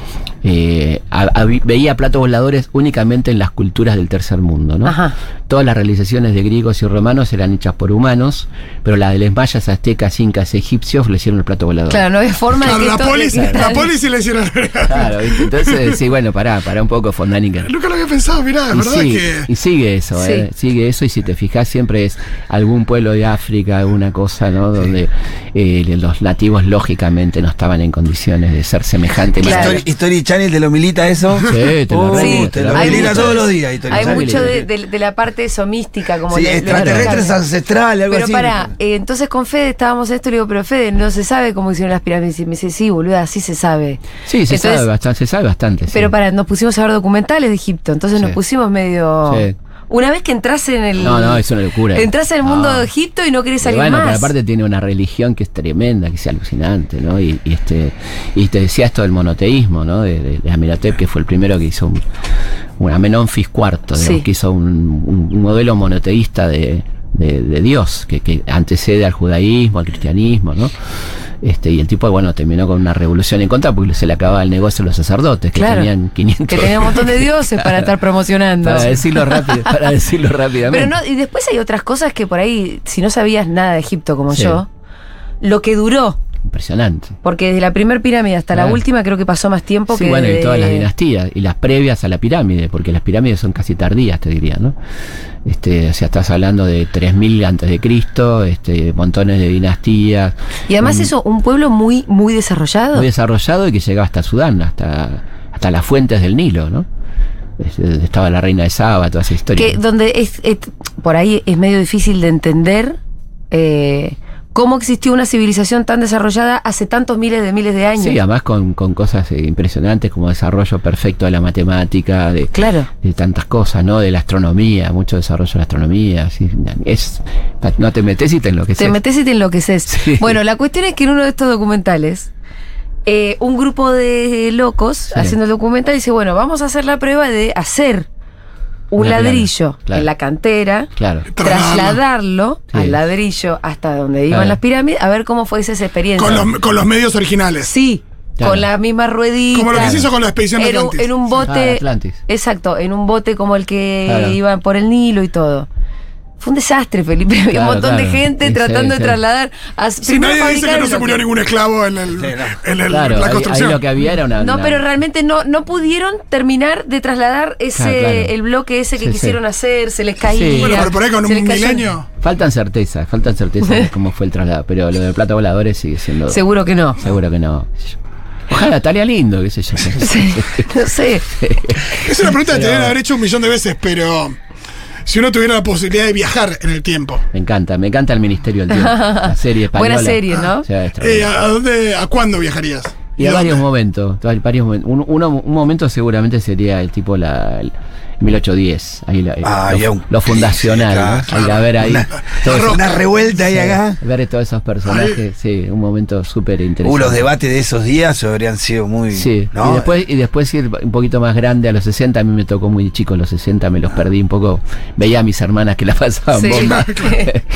Speaker 7: eh, a- a- veía platos voladores únicamente en las culturas del tercer mundo, ¿no?
Speaker 3: Ajá.
Speaker 7: Todas las realizaciones de griegos y romanos eran hechas por humanos, pero las de los mayas, aztecas, incas, egipcios le hicieron el plato volador.
Speaker 3: Claro, no había forma de
Speaker 2: Claro,
Speaker 3: que
Speaker 2: la,
Speaker 3: esto-
Speaker 2: polis, la polis le hicieron.
Speaker 7: Claro, ¿viste? entonces sí, bueno, pará, pará un poco, von Daniken.
Speaker 2: Nunca lo había pensado, mirá, es
Speaker 7: Y,
Speaker 2: verdad
Speaker 7: sí,
Speaker 2: que.
Speaker 7: y sigue eso,
Speaker 3: Sí.
Speaker 7: eh, sigue eso y si te fijas siempre es algún pueblo de África, alguna cosa, ¿no? Donde eh, los nativos lógicamente no estaban en condiciones de ser semejante.
Speaker 3: Claro.
Speaker 4: History, History Channel te lo milita eso.
Speaker 7: Sí, te lo
Speaker 4: Uh,
Speaker 7: remite,
Speaker 4: te
Speaker 7: te
Speaker 4: lo
Speaker 7: lo
Speaker 3: hay
Speaker 4: milita
Speaker 3: mucho-
Speaker 4: todos los días. History
Speaker 3: Hay
Speaker 7: Channel.
Speaker 3: mucho de, de- de la parte eso mística, como
Speaker 4: Sí,
Speaker 3: le- le-
Speaker 4: extraterrestres
Speaker 3: claro.
Speaker 4: ancestrales, algo
Speaker 3: Pero
Speaker 4: así.
Speaker 3: pará, eh, entonces con Fede estábamos en esto y le digo, pero Fede, no se sabe cómo hicieron las pirámides. Y me dice, sí, boluda, sí se sabe.
Speaker 7: Sí, se
Speaker 3: Entonces,
Speaker 7: sabe bastante, se sabe bastante. sí.
Speaker 3: Pero para, nos pusimos a ver documentales de Egipto, entonces nos
Speaker 7: Sí.
Speaker 3: pusimos medio.
Speaker 7: Sí.
Speaker 3: Una vez que entras en el.
Speaker 7: No, no, es una locura.
Speaker 3: Entras en el mundo
Speaker 7: No.
Speaker 3: de Egipto y no querés
Speaker 7: Y
Speaker 3: salir
Speaker 7: bueno,
Speaker 3: más.
Speaker 7: pero aparte tiene una religión que es tremenda, que es alucinante, ¿no? Y, y este y te decía esto del monoteísmo, ¿no? De, de- de Amenhotep, que fue el primero que hizo un, un Amenonfis IV, digamos,
Speaker 3: Sí.
Speaker 7: que hizo un, un- un modelo monoteísta de, de- de Dios, que, que antecede al judaísmo, al cristianismo, ¿no? Este, y el tipo, bueno, terminó con una revolución en contra porque se le acababa el negocio a los sacerdotes, que
Speaker 3: Claro.
Speaker 7: tenían 500...
Speaker 3: Que tenía un montón de dioses para estar promocionando.
Speaker 7: Para decirlo, rápido, para decirlo rápidamente.
Speaker 3: Pero no, y después hay otras cosas que por ahí, si no sabías nada de Egipto como
Speaker 7: Sí.
Speaker 3: yo, lo que duró,
Speaker 7: Impresionante.
Speaker 3: porque desde la primer pirámide hasta la
Speaker 7: Claro.
Speaker 3: última creo que pasó más tiempo
Speaker 7: Sí,
Speaker 3: que.
Speaker 7: bueno, y
Speaker 3: desde-
Speaker 7: todas las dinastías, y las previas a la pirámide, porque las pirámides son casi tardías, te diría, ¿no? Este, o sea, estás hablando de 3000 antes de Cristo, este, montones de dinastías.
Speaker 3: Y además
Speaker 7: un-
Speaker 3: eso, un pueblo muy, muy desarrollado.
Speaker 7: Mm. Muy desarrollado y que llegaba hasta Sudán, hasta, hasta las fuentes del Nilo, ¿no? Este, donde Estaba la reina de Saba, toda esa historia.
Speaker 3: que donde es, es- por ahí es medio difícil de entender eh, cómo existió una civilización tan desarrollada hace tantos miles de miles de años.
Speaker 7: Sí, además con, con cosas eh, impresionantes como desarrollo perfecto de la matemática, de,
Speaker 3: claro.
Speaker 7: de tantas cosas, ¿no? De la astronomía, mucho desarrollo de la astronomía. sí, es, no te metes y te enloqueces.
Speaker 3: Te metes y te enloqueces.
Speaker 7: Sí.
Speaker 3: Bueno, la cuestión es que en uno de estos documentales, eh, un grupo de locos haciendo el documental dice, bueno, vamos a hacer la prueba de hacer un
Speaker 7: Una pirámide,
Speaker 3: ladrillo
Speaker 7: claro.
Speaker 3: en la cantera.
Speaker 7: Claro.
Speaker 2: Trasladarlo.
Speaker 3: Trasladarlo
Speaker 7: Sí.
Speaker 3: al ladrillo hasta donde iban
Speaker 7: Claro.
Speaker 3: las pirámides, a ver cómo fue esa experiencia.
Speaker 2: Con los, con los medios originales.
Speaker 3: Sí,
Speaker 7: Claro.
Speaker 3: con la misma ruedita.
Speaker 2: Como lo que se hizo con la expedición
Speaker 3: en un,
Speaker 2: Atlantis.
Speaker 3: en un
Speaker 7: Ah, de
Speaker 3: bote.
Speaker 7: Atlantis.
Speaker 3: exacto, en un bote como el que
Speaker 7: Claro.
Speaker 3: iban por el Nilo y todo. Fue un desastre, Felipe. Había
Speaker 7: Claro,
Speaker 3: un montón de
Speaker 7: claro.
Speaker 3: gente
Speaker 7: Sí,
Speaker 3: tratando
Speaker 7: sí.
Speaker 3: de trasladar. A,
Speaker 2: Si nadie dice que no
Speaker 3: fabricaron
Speaker 2: se
Speaker 3: lo
Speaker 2: murió ningún esclavo en, el, en el- la
Speaker 7: Claro, ahí- ahí,
Speaker 2: construcción.
Speaker 7: lo que había era una.
Speaker 3: No,
Speaker 7: una-
Speaker 3: pero realmente no, no pudieron terminar de trasladar ese
Speaker 7: Claro, claro.
Speaker 3: el bloque ese que
Speaker 7: Sí, sí.
Speaker 3: quisieron hacer, se les caía.
Speaker 7: Sí.
Speaker 2: bueno, pero por ahí con
Speaker 3: se
Speaker 2: un
Speaker 3: les cayó.
Speaker 2: milenio.
Speaker 7: Faltan certezas, faltan certezas de cómo fue el traslado. Pero lo del plato voladores sigue siendo.
Speaker 3: Seguro que no.
Speaker 7: seguro que no. Ojalá estaría lindo, qué sé yo.
Speaker 3: Sí, no sé.
Speaker 2: Es una pregunta que te deben haber hecho un millón de veces, pero si uno tuviera la posibilidad de viajar en el tiempo,
Speaker 7: Me encanta, me encanta el Ministerio del Tiempo. La serie española.
Speaker 3: Buena serie, ¿no?
Speaker 7: O sea, es
Speaker 2: eh,
Speaker 7: tremendo.
Speaker 2: ¿a, a dónde, ¿a cuándo viajarías?
Speaker 7: y
Speaker 2: ¿Y
Speaker 7: a
Speaker 2: dónde?
Speaker 7: varios momentos. a Varios, momen- un, uno- un momento seguramente sería el tipo la. el 1810, ahí la- eh,
Speaker 4: Ah,
Speaker 7: lo,
Speaker 4: había un-
Speaker 7: lo fundacional,
Speaker 4: claro,
Speaker 7: ¿no? Ahí, a ver ahí.
Speaker 4: Una-
Speaker 7: todo eso-
Speaker 4: Una revuelta ahí acá.
Speaker 7: ver todos esos personajes, sí, un momento súper interesante.
Speaker 4: Uh, los debates de esos días habrían sido muy.
Speaker 7: Sí,
Speaker 4: ¿no?
Speaker 7: y, después, y después ir un poquito más grande a los 60, a mí me tocó muy chico los 60, me los perdí un poco, veía a mis hermanas que la pasaban
Speaker 3: Sí.
Speaker 7: bomba.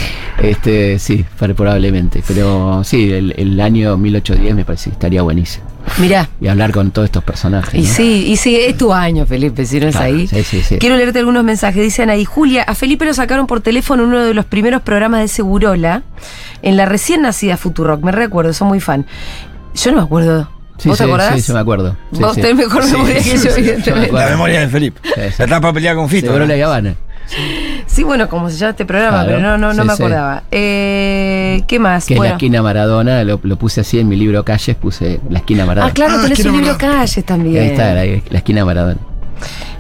Speaker 7: este, sí, pero probablemente, pero sí, el, el año 1810 me parece que estaría buenísimo.
Speaker 3: Mirá.
Speaker 7: Y hablar con todos estos personajes.
Speaker 3: Y
Speaker 7: ¿no?
Speaker 3: sí, y sí, es tu año, Felipe, si no es
Speaker 7: Claro,
Speaker 3: ahí.
Speaker 7: sí, sí, sí.
Speaker 3: Quiero leerte algunos mensajes. Dicen ahí, Julia, a Felipe lo sacaron por teléfono en uno de los primeros programas de Segurola, en la recién nacida Futurock, me recuerdo, soy muy fan. Yo no me acuerdo.
Speaker 7: Sí,
Speaker 3: ¿Vos
Speaker 7: sí,
Speaker 3: te acordás?
Speaker 7: Sí, yo me acuerdo. Sí,
Speaker 3: Vos
Speaker 7: sí.
Speaker 3: tenés mejor memoria que yo,
Speaker 7: sí, sí, yo me
Speaker 3: evidentemente.
Speaker 7: acuerdo.
Speaker 4: La memoria de Felipe.
Speaker 7: Sí, sí.
Speaker 4: La tapa peleada con Fito.
Speaker 7: Seguro la Habana.
Speaker 3: Sí, bueno, como se llama este programa,
Speaker 7: Claro,
Speaker 3: pero no, no, no
Speaker 7: sí,
Speaker 3: me
Speaker 7: sí.
Speaker 3: acordaba. Eh, ¿Qué más?
Speaker 7: Que es la
Speaker 3: Bueno.
Speaker 7: esquina Maradona, lo, lo puse así en mi libro Calles, puse la esquina Maradona.
Speaker 3: Ah, claro,
Speaker 2: Ah,
Speaker 3: tenés
Speaker 2: quiero
Speaker 3: un libro
Speaker 2: acordar.
Speaker 3: calles
Speaker 7: Y
Speaker 3: también.
Speaker 7: Ahí está, la, la esquina Maradona.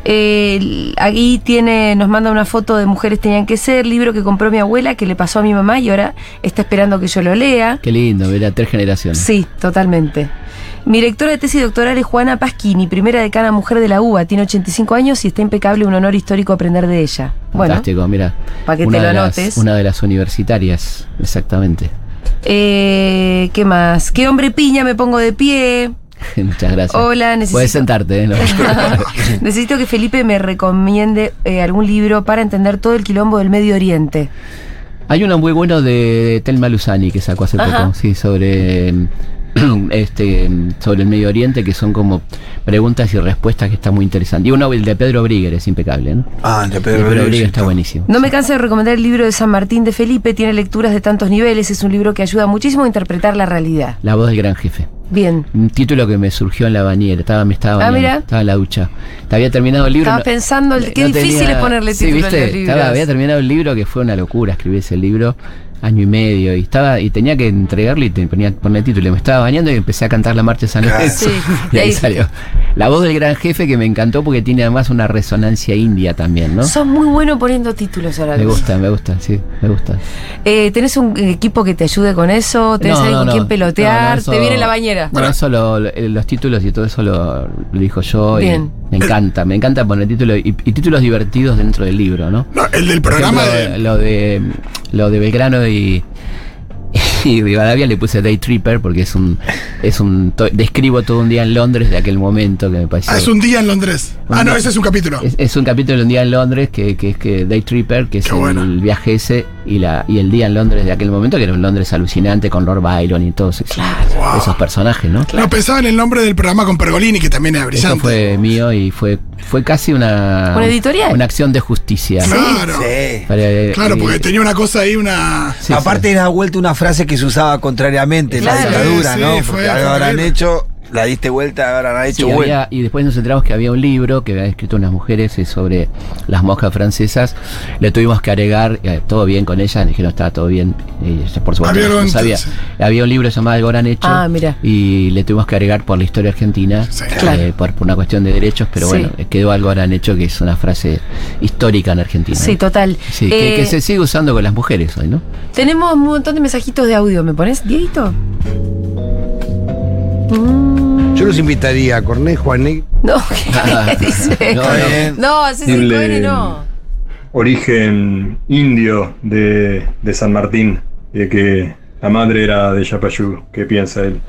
Speaker 3: Eh, aquí tiene, nos manda una foto de Mujeres Tenían que Ser, libro que compró mi abuela, que le pasó a mi mamá y ahora está esperando que yo lo lea.
Speaker 7: Qué lindo, mira, tres generaciones.
Speaker 3: Sí, totalmente. Mi directora de tesis doctoral es Juana Pasquini, primera decana mujer de la UBA. Tiene 85 años y está impecable, un honor histórico aprender de ella. Bueno,
Speaker 7: Fantástico, mira.
Speaker 3: Pa' que te
Speaker 7: una
Speaker 3: lo
Speaker 7: de las-
Speaker 3: anotes.
Speaker 7: una de las universitarias, exactamente.
Speaker 3: eh, ¿qué más? ¿Qué hombre piña me pongo de pie?
Speaker 7: Muchas gracias.
Speaker 3: Hola, necesito-
Speaker 7: Puedes sentarte, ¿eh? No.
Speaker 3: Necesito que Felipe me recomiende eh, algún libro para entender todo el quilombo del Medio Oriente.
Speaker 7: Hay uno muy bueno de Telma Luzani que sacó hace
Speaker 3: Ajá.
Speaker 7: poco, sí, sobre mm, este mm, sobre el Medio Oriente, que son como preguntas y respuestas que está muy interesante. Y uno el de Pedro Brigger es impecable, ¿no?
Speaker 4: Ah, de
Speaker 7: El de
Speaker 4: Pedro
Speaker 7: Pedro Brigger
Speaker 4: Rodríguez.
Speaker 7: está buenísimo.
Speaker 3: No me canso de recomendar el libro de San Martín de Felipe, tiene lecturas de tantos niveles, es un libro que ayuda muchísimo a interpretar la realidad.
Speaker 7: La voz del gran jefe.
Speaker 3: Bien.
Speaker 7: Un título que me surgió en la bañera, estaba, me estaba
Speaker 3: Ah,
Speaker 7: bañando,
Speaker 3: mira.
Speaker 7: estaba en la ducha. Te había terminado el libro.
Speaker 3: Estaba
Speaker 7: no-
Speaker 3: pensando el- qué difícil es ponerle
Speaker 7: sí,
Speaker 3: título a
Speaker 7: ¿viste?
Speaker 3: los libros.
Speaker 7: Estaba- había terminado el libro que fue una locura escribir ese libro, año y medio, y estaba, y tenía que entregarle y te ponía poner título. Me estaba bañando y empecé a cantar la marcha de San Lorenzo.
Speaker 3: Sí,
Speaker 7: y
Speaker 3: ahí-
Speaker 7: ahí salió. La voz del gran jefe que me encantó porque tiene además una resonancia india también, ¿no?
Speaker 3: Sos muy bueno poniendo títulos ahora.
Speaker 7: Me
Speaker 3: Luis.
Speaker 7: gusta, me gusta, sí, me gusta.
Speaker 3: Eh, ¿Tenés un equipo que te ayude con eso? ¿Tenés
Speaker 7: No,
Speaker 3: alguien
Speaker 7: no,
Speaker 3: con
Speaker 7: no.
Speaker 3: quien pelotear?
Speaker 7: No,
Speaker 3: ¿Te
Speaker 7: no, eso-
Speaker 3: viene la bañera?
Speaker 7: No, eso lo- lo- eh, los títulos y todo eso lo, lo dijo yo. y
Speaker 3: Bien.
Speaker 7: me encanta, me encanta poner títulos y, y títulos divertidos dentro del libro, ¿no?
Speaker 2: No, el del
Speaker 7: Por
Speaker 2: programa
Speaker 7: ejemplo,
Speaker 2: de.
Speaker 7: Lo de, lo de Belgrano y. Y Rivadavia le puse Day Tripper porque es un. es un to- describo todo un día en Londres de aquel momento que me pareció.
Speaker 2: Ah, es un día en Londres. Ah, no, ese es un capítulo.
Speaker 7: Es, es un capítulo de un día en Londres que, que es que Day Tripper, que es
Speaker 2: Qué
Speaker 7: el,
Speaker 2: bueno.
Speaker 7: viaje ese y la y el día en Londres de aquel momento, que era un Londres alucinante con Lord Byron y todos esos, esos personajes, ¿no?
Speaker 2: No, pensaba en el nombre del programa con Pergolini, que también era
Speaker 7: Eso
Speaker 2: brillante.
Speaker 7: fue mío y fue fue casi una
Speaker 3: Una editorial.
Speaker 7: una acción de justicia.
Speaker 2: Claro.
Speaker 4: Sí.
Speaker 7: Para-
Speaker 2: Claro,
Speaker 7: y-
Speaker 2: porque tenía una cosa ahí, una.
Speaker 7: sí,
Speaker 4: Aparte era vuelta una frase que se usaba contrariamente en
Speaker 3: Claro.
Speaker 4: la dictadura,
Speaker 2: Sí,
Speaker 4: ¿no?
Speaker 2: sí,
Speaker 4: Porque
Speaker 2: fue-
Speaker 4: ahora habrán
Speaker 2: fue-
Speaker 4: hecho, la diste vuelta, ahora han
Speaker 7: Sí,
Speaker 4: hecho
Speaker 7: había-
Speaker 4: vuelta.
Speaker 7: y después nos enteramos que había un libro que habían escrito unas mujeres eh, sobre las moscas francesas. Le tuvimos que agregar, eh, todo bien con ellas, dijeron estaba todo bien. eh, ella, por supuesto,
Speaker 2: Había algo
Speaker 7: no sabía.
Speaker 2: entonces.
Speaker 7: Había un libro llamado Algo han hecho.
Speaker 3: Ah, mira.
Speaker 7: Y le tuvimos que agregar por la historia argentina,
Speaker 2: Sí.
Speaker 7: eh,
Speaker 3: Claro.
Speaker 7: por, por una cuestión de derechos, pero
Speaker 3: Sí.
Speaker 7: bueno, eh, quedó Algo han hecho, que es una frase histórica en Argentina.
Speaker 3: Sí, total.
Speaker 7: Sí, que,
Speaker 3: Eh,
Speaker 7: que se sigue usando con las mujeres hoy, ¿no?
Speaker 3: Tenemos un montón de mensajitos de audio. ¿Me pones, Dieguito?
Speaker 8: Yo los invitaría a Cornejo, a Nick,
Speaker 3: No,
Speaker 7: Ah,
Speaker 3: ¿qué dice?
Speaker 7: No,
Speaker 3: No,
Speaker 4: Está
Speaker 7: no.
Speaker 4: bien.
Speaker 3: así se pone, no.
Speaker 9: origen indio de, de San Martín, de que la madre era de Yapayú, ¿qué piensa él?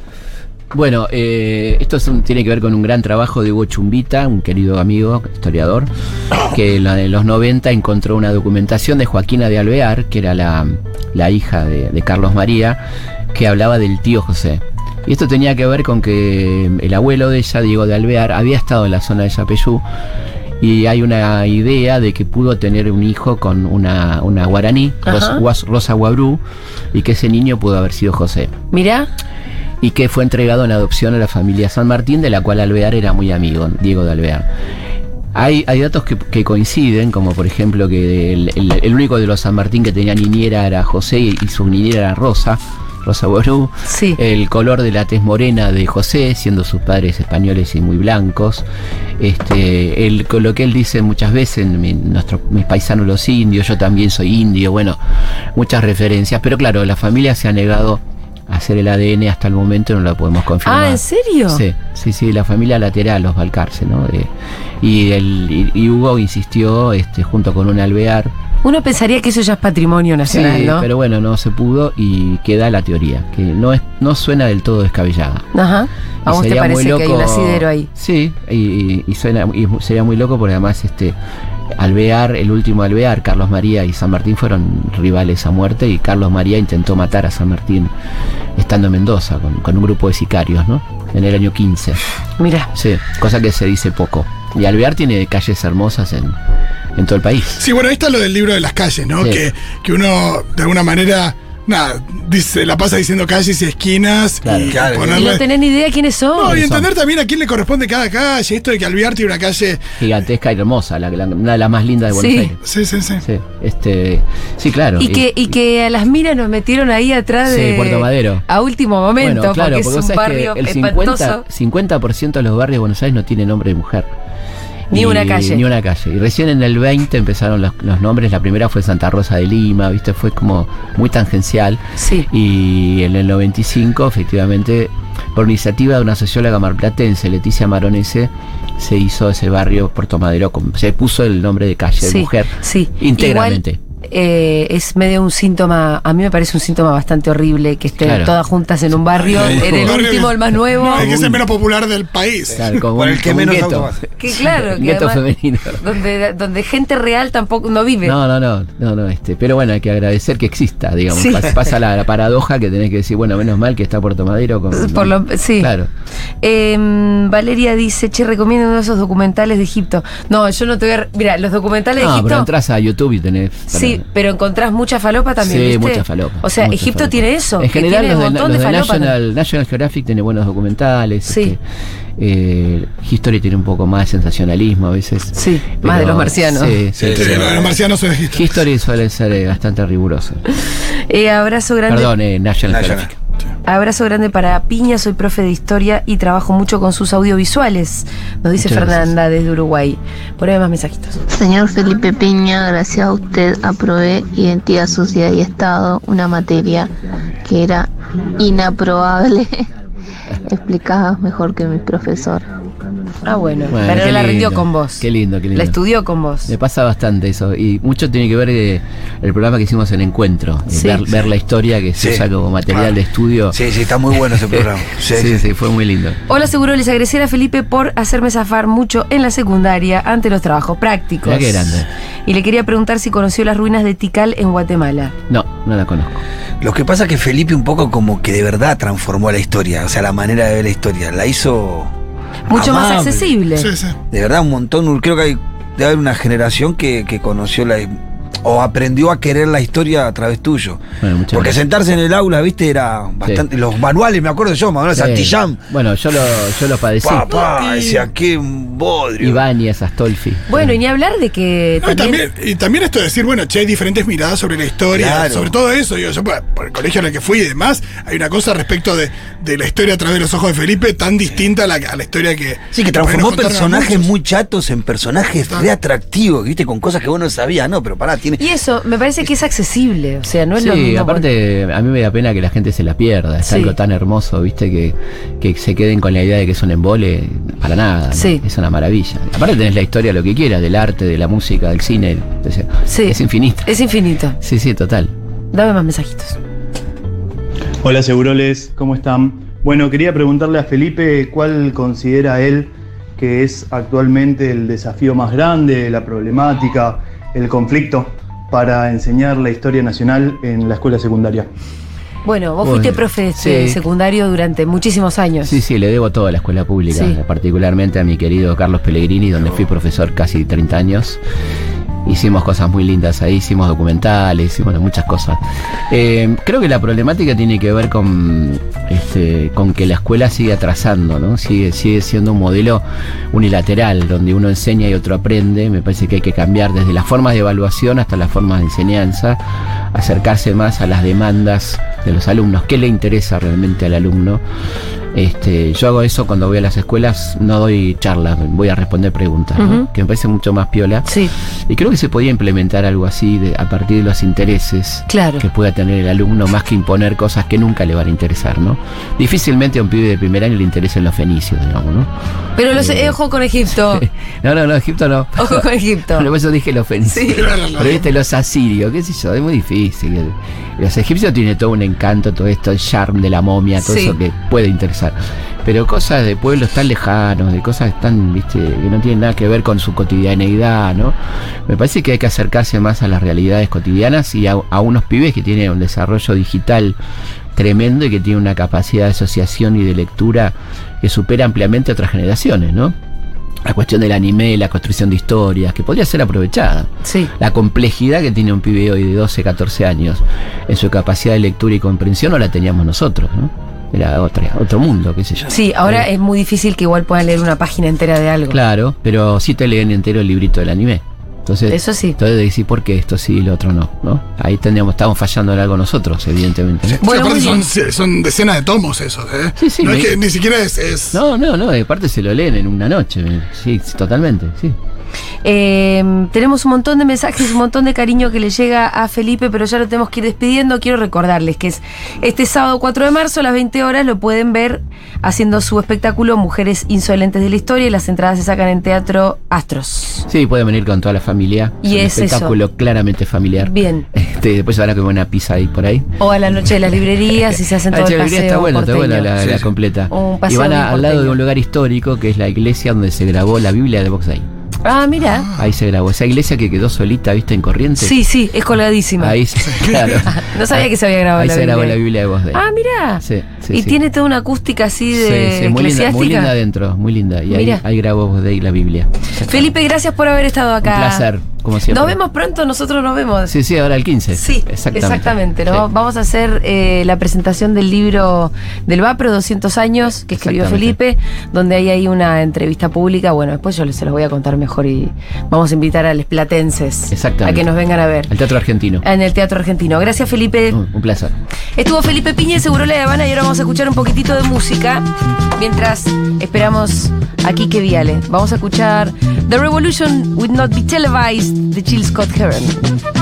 Speaker 7: Bueno, eh, esto es un- tiene que ver con un gran trabajo de Hugo Chumbita, un querido amigo, historiador, que en la- en los 90 encontró una documentación de Joaquina de Alvear, que era la, la hija de, de Carlos María, que hablaba del tío José. Y esto tenía que ver con que el abuelo de ella, Diego de Alvear, había estado en la zona de Yapeyú y hay una idea de que pudo tener un hijo con una, una guaraní,
Speaker 3: Ajá.
Speaker 7: Ros- Rosa Guabrú, y que ese niño pudo haber sido José
Speaker 3: Mirá,
Speaker 7: y que fue entregado en adopción a la familia San Martín, de la cual Alvear era muy amigo, Diego de Alvear. Hay, hay datos que, que coinciden, como por ejemplo que el, el- el único de los San Martín que tenía niñera era José y, y su niñera era Rosa, Rosa Ború.
Speaker 3: sí.
Speaker 7: El color de la tez morena de José, siendo sus padres españoles y muy blancos. Este, el, con lo que él dice muchas veces, mi- nuestro- mis paisanos los indios, yo también soy indio, bueno, muchas referencias. Pero claro, la familia se ha negado a hacer el ADN hasta el momento, no lo podemos confirmar.
Speaker 3: ah, ¿en serio?
Speaker 7: Sí, sí, sí, la familia lateral, los Balcarce, ¿no? Eh, y, el, y, y Hugo insistió, este, junto con un alvear.
Speaker 3: Uno pensaría que eso ya es patrimonio nacional,
Speaker 7: Sí,
Speaker 3: ¿no?
Speaker 7: pero bueno, no se pudo y queda la teoría, que no, es, no suena del todo descabellada.
Speaker 3: Ajá.
Speaker 7: Y
Speaker 3: ¿A vos te
Speaker 7: sería muy
Speaker 3: parece que hay un
Speaker 7: loco-
Speaker 3: asidero ahí?
Speaker 7: Sí, y, y- y suena, y mu- sería muy loco porque además este Alvear, el último Alvear, Carlos María y San Martín fueron rivales a muerte y Carlos María intentó matar a San Martín estando en Mendoza con, con un grupo de sicarios, ¿no? En el año 15.
Speaker 3: Mirá.
Speaker 7: Sí, cosa que se dice poco. Y Alvear tiene calles hermosas en, en todo el país.
Speaker 2: Sí, bueno, ahí está lo del libro de las calles, ¿no?
Speaker 7: Sí.
Speaker 2: Que, que uno, de alguna manera, Nada, dice, la pasa diciendo calles y esquinas.
Speaker 4: Claro.
Speaker 2: y
Speaker 4: Claro.
Speaker 3: Y no
Speaker 2: ponerle.
Speaker 3: tenés ni idea quiénes son.
Speaker 2: No, y
Speaker 7: son.
Speaker 2: entender también a quién le corresponde cada calle. Esto de que Alvear tiene una calle.
Speaker 7: Gigantesca y hermosa, la, la- una de las más lindas de Buenos
Speaker 3: Sí.
Speaker 7: Aires.
Speaker 2: Sí, sí, sí.
Speaker 7: Sí, este, sí, claro.
Speaker 3: Y que, y que a las miras nos metieron ahí atrás
Speaker 7: Sí,
Speaker 3: de.
Speaker 7: Puerto Madero.
Speaker 3: A último
Speaker 7: Bueno,
Speaker 3: momento,
Speaker 7: claro,
Speaker 3: porque,
Speaker 7: porque vos
Speaker 3: es un
Speaker 7: sabés
Speaker 3: barrio
Speaker 7: que el 50%,
Speaker 3: espantoso.
Speaker 7: 50 de los barrios de Buenos Aires no tiene nombre de mujer.
Speaker 3: Ni una calle.
Speaker 7: Ni una calle. Y recién en el 20 empezaron los, los nombres. La primera fue Santa Rosa de Lima, ¿viste? Fue como muy tangencial.
Speaker 3: Sí.
Speaker 7: Y en el 95, efectivamente, por iniciativa de una socióloga marplatense, Leticia Maronese, se hizo ese barrio Puerto Madero. con- Se puso el nombre de calle
Speaker 3: sí,
Speaker 7: de mujer.
Speaker 3: Sí.
Speaker 7: Íntegramente.
Speaker 3: Igual, eh, es medio un síntoma, a mí me parece un síntoma bastante horrible que estén
Speaker 7: Claro.
Speaker 3: todas juntas en un barrio,
Speaker 2: Ay,
Speaker 3: en el
Speaker 2: horrible.
Speaker 3: último, el más nuevo.
Speaker 2: Es que es el menos popular del país.
Speaker 7: Claro, como
Speaker 4: Por
Speaker 7: un-
Speaker 4: el que
Speaker 7: como un
Speaker 4: menos
Speaker 7: gueto.
Speaker 4: auto hace.
Speaker 3: Que claro,
Speaker 7: Un
Speaker 3: que
Speaker 7: gueto
Speaker 3: además-
Speaker 7: femenino.
Speaker 3: donde, donde gente real tampoco no vive.
Speaker 7: No, no, no, no, no, este, pero bueno, hay que agradecer que exista, digamos.
Speaker 3: Sí.
Speaker 7: Pas- Pasa la, la paradoja que tenés que decir, bueno, menos mal que está Puerto Madero con.
Speaker 3: Por lo- sí.
Speaker 7: Claro.
Speaker 3: Eh, Valeria dice, che, recomiendo uno de esos documentales de Egipto. No, yo no te voy a... Mira, los documentales de
Speaker 7: Ah, pero
Speaker 3: Egipto...
Speaker 7: entras a YouTube y tenés.
Speaker 3: Sí, pero encontrás mucha falopa también.
Speaker 7: Sí,
Speaker 3: ¿viste?
Speaker 7: mucha falopa.
Speaker 3: O sea,
Speaker 7: mucha
Speaker 3: Egipto
Speaker 7: falopa.
Speaker 3: tiene eso.
Speaker 7: En
Speaker 3: que
Speaker 7: general,
Speaker 3: tiene
Speaker 7: los
Speaker 3: un
Speaker 7: de,
Speaker 3: montón
Speaker 7: los
Speaker 3: de
Speaker 7: de
Speaker 3: falopa. también.
Speaker 7: National, National Geographic tiene buenos documentales.
Speaker 3: Sí.
Speaker 7: este, eh, History tiene un poco más de sensacionalismo a veces.
Speaker 3: Sí, más de los marcianos.
Speaker 7: Sí, sí,
Speaker 2: Sí,
Speaker 7: pero
Speaker 2: los marcianos son de-
Speaker 7: History suele ser eh, bastante riguroso.
Speaker 3: Eh, abrazo grande.
Speaker 7: Perdón, eh, National,
Speaker 4: National.
Speaker 7: Geographic.
Speaker 3: Abrazo grande para Piña, soy profe de historia y trabajo mucho con sus audiovisuales, nos dice
Speaker 7: Muchas gracias.
Speaker 3: Fernanda desde Uruguay. Por ahí hay más mensajitos.
Speaker 6: Señor Felipe Piña, gracias a usted aprobé Identidad, Sociedad y Estado, una materia que era inaprobable. Explicabas mejor que mi profesor.
Speaker 3: Ah, bueno,
Speaker 7: Bueno,
Speaker 3: pero
Speaker 7: qué
Speaker 3: la
Speaker 7: lindo,
Speaker 3: rindió con vos.
Speaker 7: Qué lindo, qué lindo.
Speaker 3: La estudió con vos.
Speaker 7: Me pasa bastante eso. Y mucho tiene que ver eh, el programa que hicimos en Encuentro. eh,
Speaker 3: Sí.
Speaker 7: ver, ver la historia que se
Speaker 4: Sí. Ah.
Speaker 7: usa como material de estudio. Eh,
Speaker 4: Sí, sí, está muy bueno ese programa. Sí, sí, sí.
Speaker 7: sí, fue muy lindo.
Speaker 3: Hola, seguro les agradecer a Felipe por hacerme zafar mucho en la secundaria ante los trabajos prácticos.
Speaker 7: Mirá qué grande.
Speaker 3: Y le quería preguntar si conoció las ruinas de Tikal en Guatemala.
Speaker 7: No, no la conozco.
Speaker 4: Lo que pasa es que Felipe un poco como que de verdad transformó la historia, o sea, la manera de ver la historia. La hizo
Speaker 3: Mucho
Speaker 4: amable.
Speaker 3: más accesible.
Speaker 2: Sí, sí.
Speaker 4: De verdad, un montón. Creo que hay, debe haber una generación que, que conoció la, o aprendió a querer la historia a través tuyo.
Speaker 7: Bueno, muchas
Speaker 4: Porque
Speaker 7: gracias.
Speaker 4: sentarse en el aula, viste, era bastante. Los manuales, me acuerdo yo, manuales Santillán.
Speaker 7: Eh, bueno, yo lo, yo lo padecí.
Speaker 4: Papá, decía, qué bodrio.
Speaker 7: Ibáñez, Astolfi.
Speaker 3: Bueno, y ni hablar de que
Speaker 2: No, y, también, y también esto de decir, bueno, che, hay diferentes miradas sobre la historia,
Speaker 4: Claro.
Speaker 2: sobre todo eso. Digo, yo por, por el colegio en el que fui y demás, hay una cosa respecto de, de la historia a través de los ojos de Felipe tan distinta a la, a la historia que.
Speaker 4: Sí, que
Speaker 2: por
Speaker 4: transformó
Speaker 2: ahí nos contaron a
Speaker 4: personajes
Speaker 2: muchos.
Speaker 4: muy chatos en personajes
Speaker 2: Total.
Speaker 4: re atractivos, viste, con cosas que vos no sabías, no, pero pará, tiene.
Speaker 3: Y eso, me parece que es accesible. O sea, no es lo
Speaker 7: Sí,
Speaker 3: mismo.
Speaker 7: aparte a mí me da pena que la gente se la pierda. Es
Speaker 3: Sí.
Speaker 7: algo tan hermoso, viste, que, que se queden con la idea de que es un embole para nada. ¿no?
Speaker 3: Sí.
Speaker 7: Es una maravilla. Aparte tenés la historia, lo que quieras, del arte, de la música, del cine. o sea,
Speaker 3: Sí.
Speaker 7: Es infinita.
Speaker 3: Es infinito.
Speaker 7: Sí, sí, total.
Speaker 3: Dame más mensajitos.
Speaker 9: Hola Seguroles, ¿cómo están? Bueno, quería preguntarle a Felipe cuál considera él que es actualmente el desafío más grande, la problemática, el conflicto para enseñar la historia nacional en la escuela secundaria.
Speaker 3: Bueno, vos
Speaker 7: Bueno,
Speaker 3: fuiste profe de este
Speaker 7: sí.
Speaker 3: secundario durante muchísimos años.
Speaker 7: Sí, sí, le debo todo a la escuela pública,
Speaker 3: Sí.
Speaker 7: particularmente a mi querido Carlos Pellegrini, donde fui profesor casi 30 años. Hicimos cosas muy lindas ahí, hicimos documentales, hicimos muchas cosas. Eh, creo que la problemática tiene que ver con, este, con que la escuela sigue atrasando, ¿no? Sigue, sigue siendo un modelo unilateral, donde uno enseña y otro aprende. Me parece que hay que cambiar desde las formas de evaluación hasta las formas de enseñanza, acercarse más a las demandas de los alumnos, qué le interesa realmente al alumno. Este, yo hago eso cuando voy a las escuelas, no doy charlas, voy a responder preguntas, ¿no?
Speaker 3: Ujú.
Speaker 7: que me parece mucho más piola.
Speaker 3: Sí,
Speaker 7: Y creo que se podía implementar algo así de- a partir de los intereses
Speaker 3: claro.
Speaker 7: que pueda tener el alumno, más que imponer cosas que nunca le van a interesar, ¿no? Difícilmente a un pibe de primer año le interesen los fenicios, digamos, ¿no?
Speaker 3: Pero los eh, ojo con Egipto.
Speaker 7: No, no, no, Egipto no.
Speaker 3: Ojo con Egipto.
Speaker 7: Por eso dije los fenicios.
Speaker 3: Sí.
Speaker 7: Pero viste, los asirios, qué sé yo, es muy difícil. Los egipcios tienen todo un encanto, todo esto, el charm de la momia, todo
Speaker 3: Sí.
Speaker 7: eso que puede interesar. Pero cosas de pueblos tan lejanos, de cosas tan, viste, que no tienen nada que ver con su cotidianeidad, ¿no? Me parece que hay que acercarse más a las realidades cotidianas y a, a unos pibes que tienen un desarrollo digital tremendo y que tienen una capacidad de asociación y de lectura que supera ampliamente a otras generaciones, ¿no? la cuestión del anime, la construcción de historias, que podría ser aprovechada.
Speaker 3: Sí.
Speaker 7: La complejidad que tiene un pibe hoy de 12, 14 años en su capacidad de lectura y comprensión no la teníamos nosotros, ¿no? Era otra, otro mundo, qué sé yo.
Speaker 3: Sí, ahora es muy difícil que igual puedan leer una página entera de algo.
Speaker 7: Claro, pero sí te leen entero el librito del anime. Entonces,
Speaker 3: Eso sí.
Speaker 7: Entonces decís, ¿por qué esto sí y lo otro no? ¿no? Ahí tendríamos, estamos fallando en algo nosotros, evidentemente. ¿no?
Speaker 2: Sí,
Speaker 3: Bueno,
Speaker 2: aparte
Speaker 3: muy
Speaker 2: son,
Speaker 3: bien.
Speaker 2: son decenas de tomos esos, ¿eh?
Speaker 7: Sí, sí,
Speaker 2: no es
Speaker 7: me-
Speaker 2: que ni siquiera es. es-
Speaker 7: No, no, no, de parte se lo leen en una noche, sí, sí, totalmente, sí.
Speaker 3: Eh, tenemos un montón de mensajes, un montón de cariño que le llega a Felipe, pero ya lo tenemos que ir despidiendo. Quiero recordarles que es este sábado 4 de marzo a las 20 horas lo pueden ver haciendo su espectáculo Mujeres Insolentes de la Historia y las entradas se sacan en Teatro Astros.
Speaker 7: Sí, pueden venir con toda la familia.
Speaker 3: Y es
Speaker 7: un espectáculo claramente familiar.
Speaker 3: Bien.
Speaker 7: Este, después habrá que comer una pizza ahí por ahí.
Speaker 3: O a la noche de las librerías y se hacen
Speaker 7: La
Speaker 3: todo el
Speaker 7: librería
Speaker 3: paseo
Speaker 7: Ah, está bueno, está buena
Speaker 3: porteño.
Speaker 7: la,
Speaker 4: Sí,
Speaker 7: la
Speaker 4: sí.
Speaker 7: completa.
Speaker 3: Un
Speaker 7: Y
Speaker 3: paseo
Speaker 7: van a-
Speaker 3: bien
Speaker 7: al lado de
Speaker 3: porteño.
Speaker 7: un lugar histórico que es la iglesia donde se grabó la Biblia de Boxay.
Speaker 3: Ah, mira.
Speaker 7: Ahí se grabó. Esa iglesia que quedó solita, ¿viste? En corriente.
Speaker 3: Sí, sí, es colgadísima.
Speaker 7: Ahí, se- claro.
Speaker 3: No sabía que se había grabado
Speaker 7: Ahí
Speaker 3: la
Speaker 7: se grabó
Speaker 3: Biblia.
Speaker 7: la Biblia de Boxay.
Speaker 3: Ah, mira.
Speaker 7: Sí, sí,
Speaker 3: y
Speaker 7: sí.
Speaker 3: tiene toda una acústica así de
Speaker 7: Sí, sí, muy linda,
Speaker 3: eclesiástica.
Speaker 7: muy linda adentro, muy linda. Y ahí,
Speaker 3: Mira.
Speaker 7: ahí grabó Boxday la Biblia.
Speaker 3: Felipe, gracias por haber estado acá.
Speaker 7: Un placer, como siempre.
Speaker 3: Nos vemos pronto, nosotros nos vemos.
Speaker 7: Sí, sí, ahora el 15.
Speaker 3: Sí, exactamente. ¿no?
Speaker 7: Sí.
Speaker 3: Vamos a hacer eh, la presentación del libro del Vapro, 200 años, que escribió
Speaker 7: Exactamente.
Speaker 3: Felipe, donde hay ahí una entrevista pública. Bueno, después yo les- se los voy a contar mejor y vamos a invitar a los platenses
Speaker 7: Exactamente.
Speaker 3: a que nos vengan a ver
Speaker 7: Al Teatro Argentino.
Speaker 3: en el Teatro Argentino. Gracias, Felipe.
Speaker 7: Un placer.
Speaker 3: Estuvo Felipe Piña, seguro la de Habana, y ahora vamos a escuchar un poquitito de música mientras esperamos aquí que Viale. Vamos a escuchar The Revolution Would Not Be Televised de Jill Scott Heron.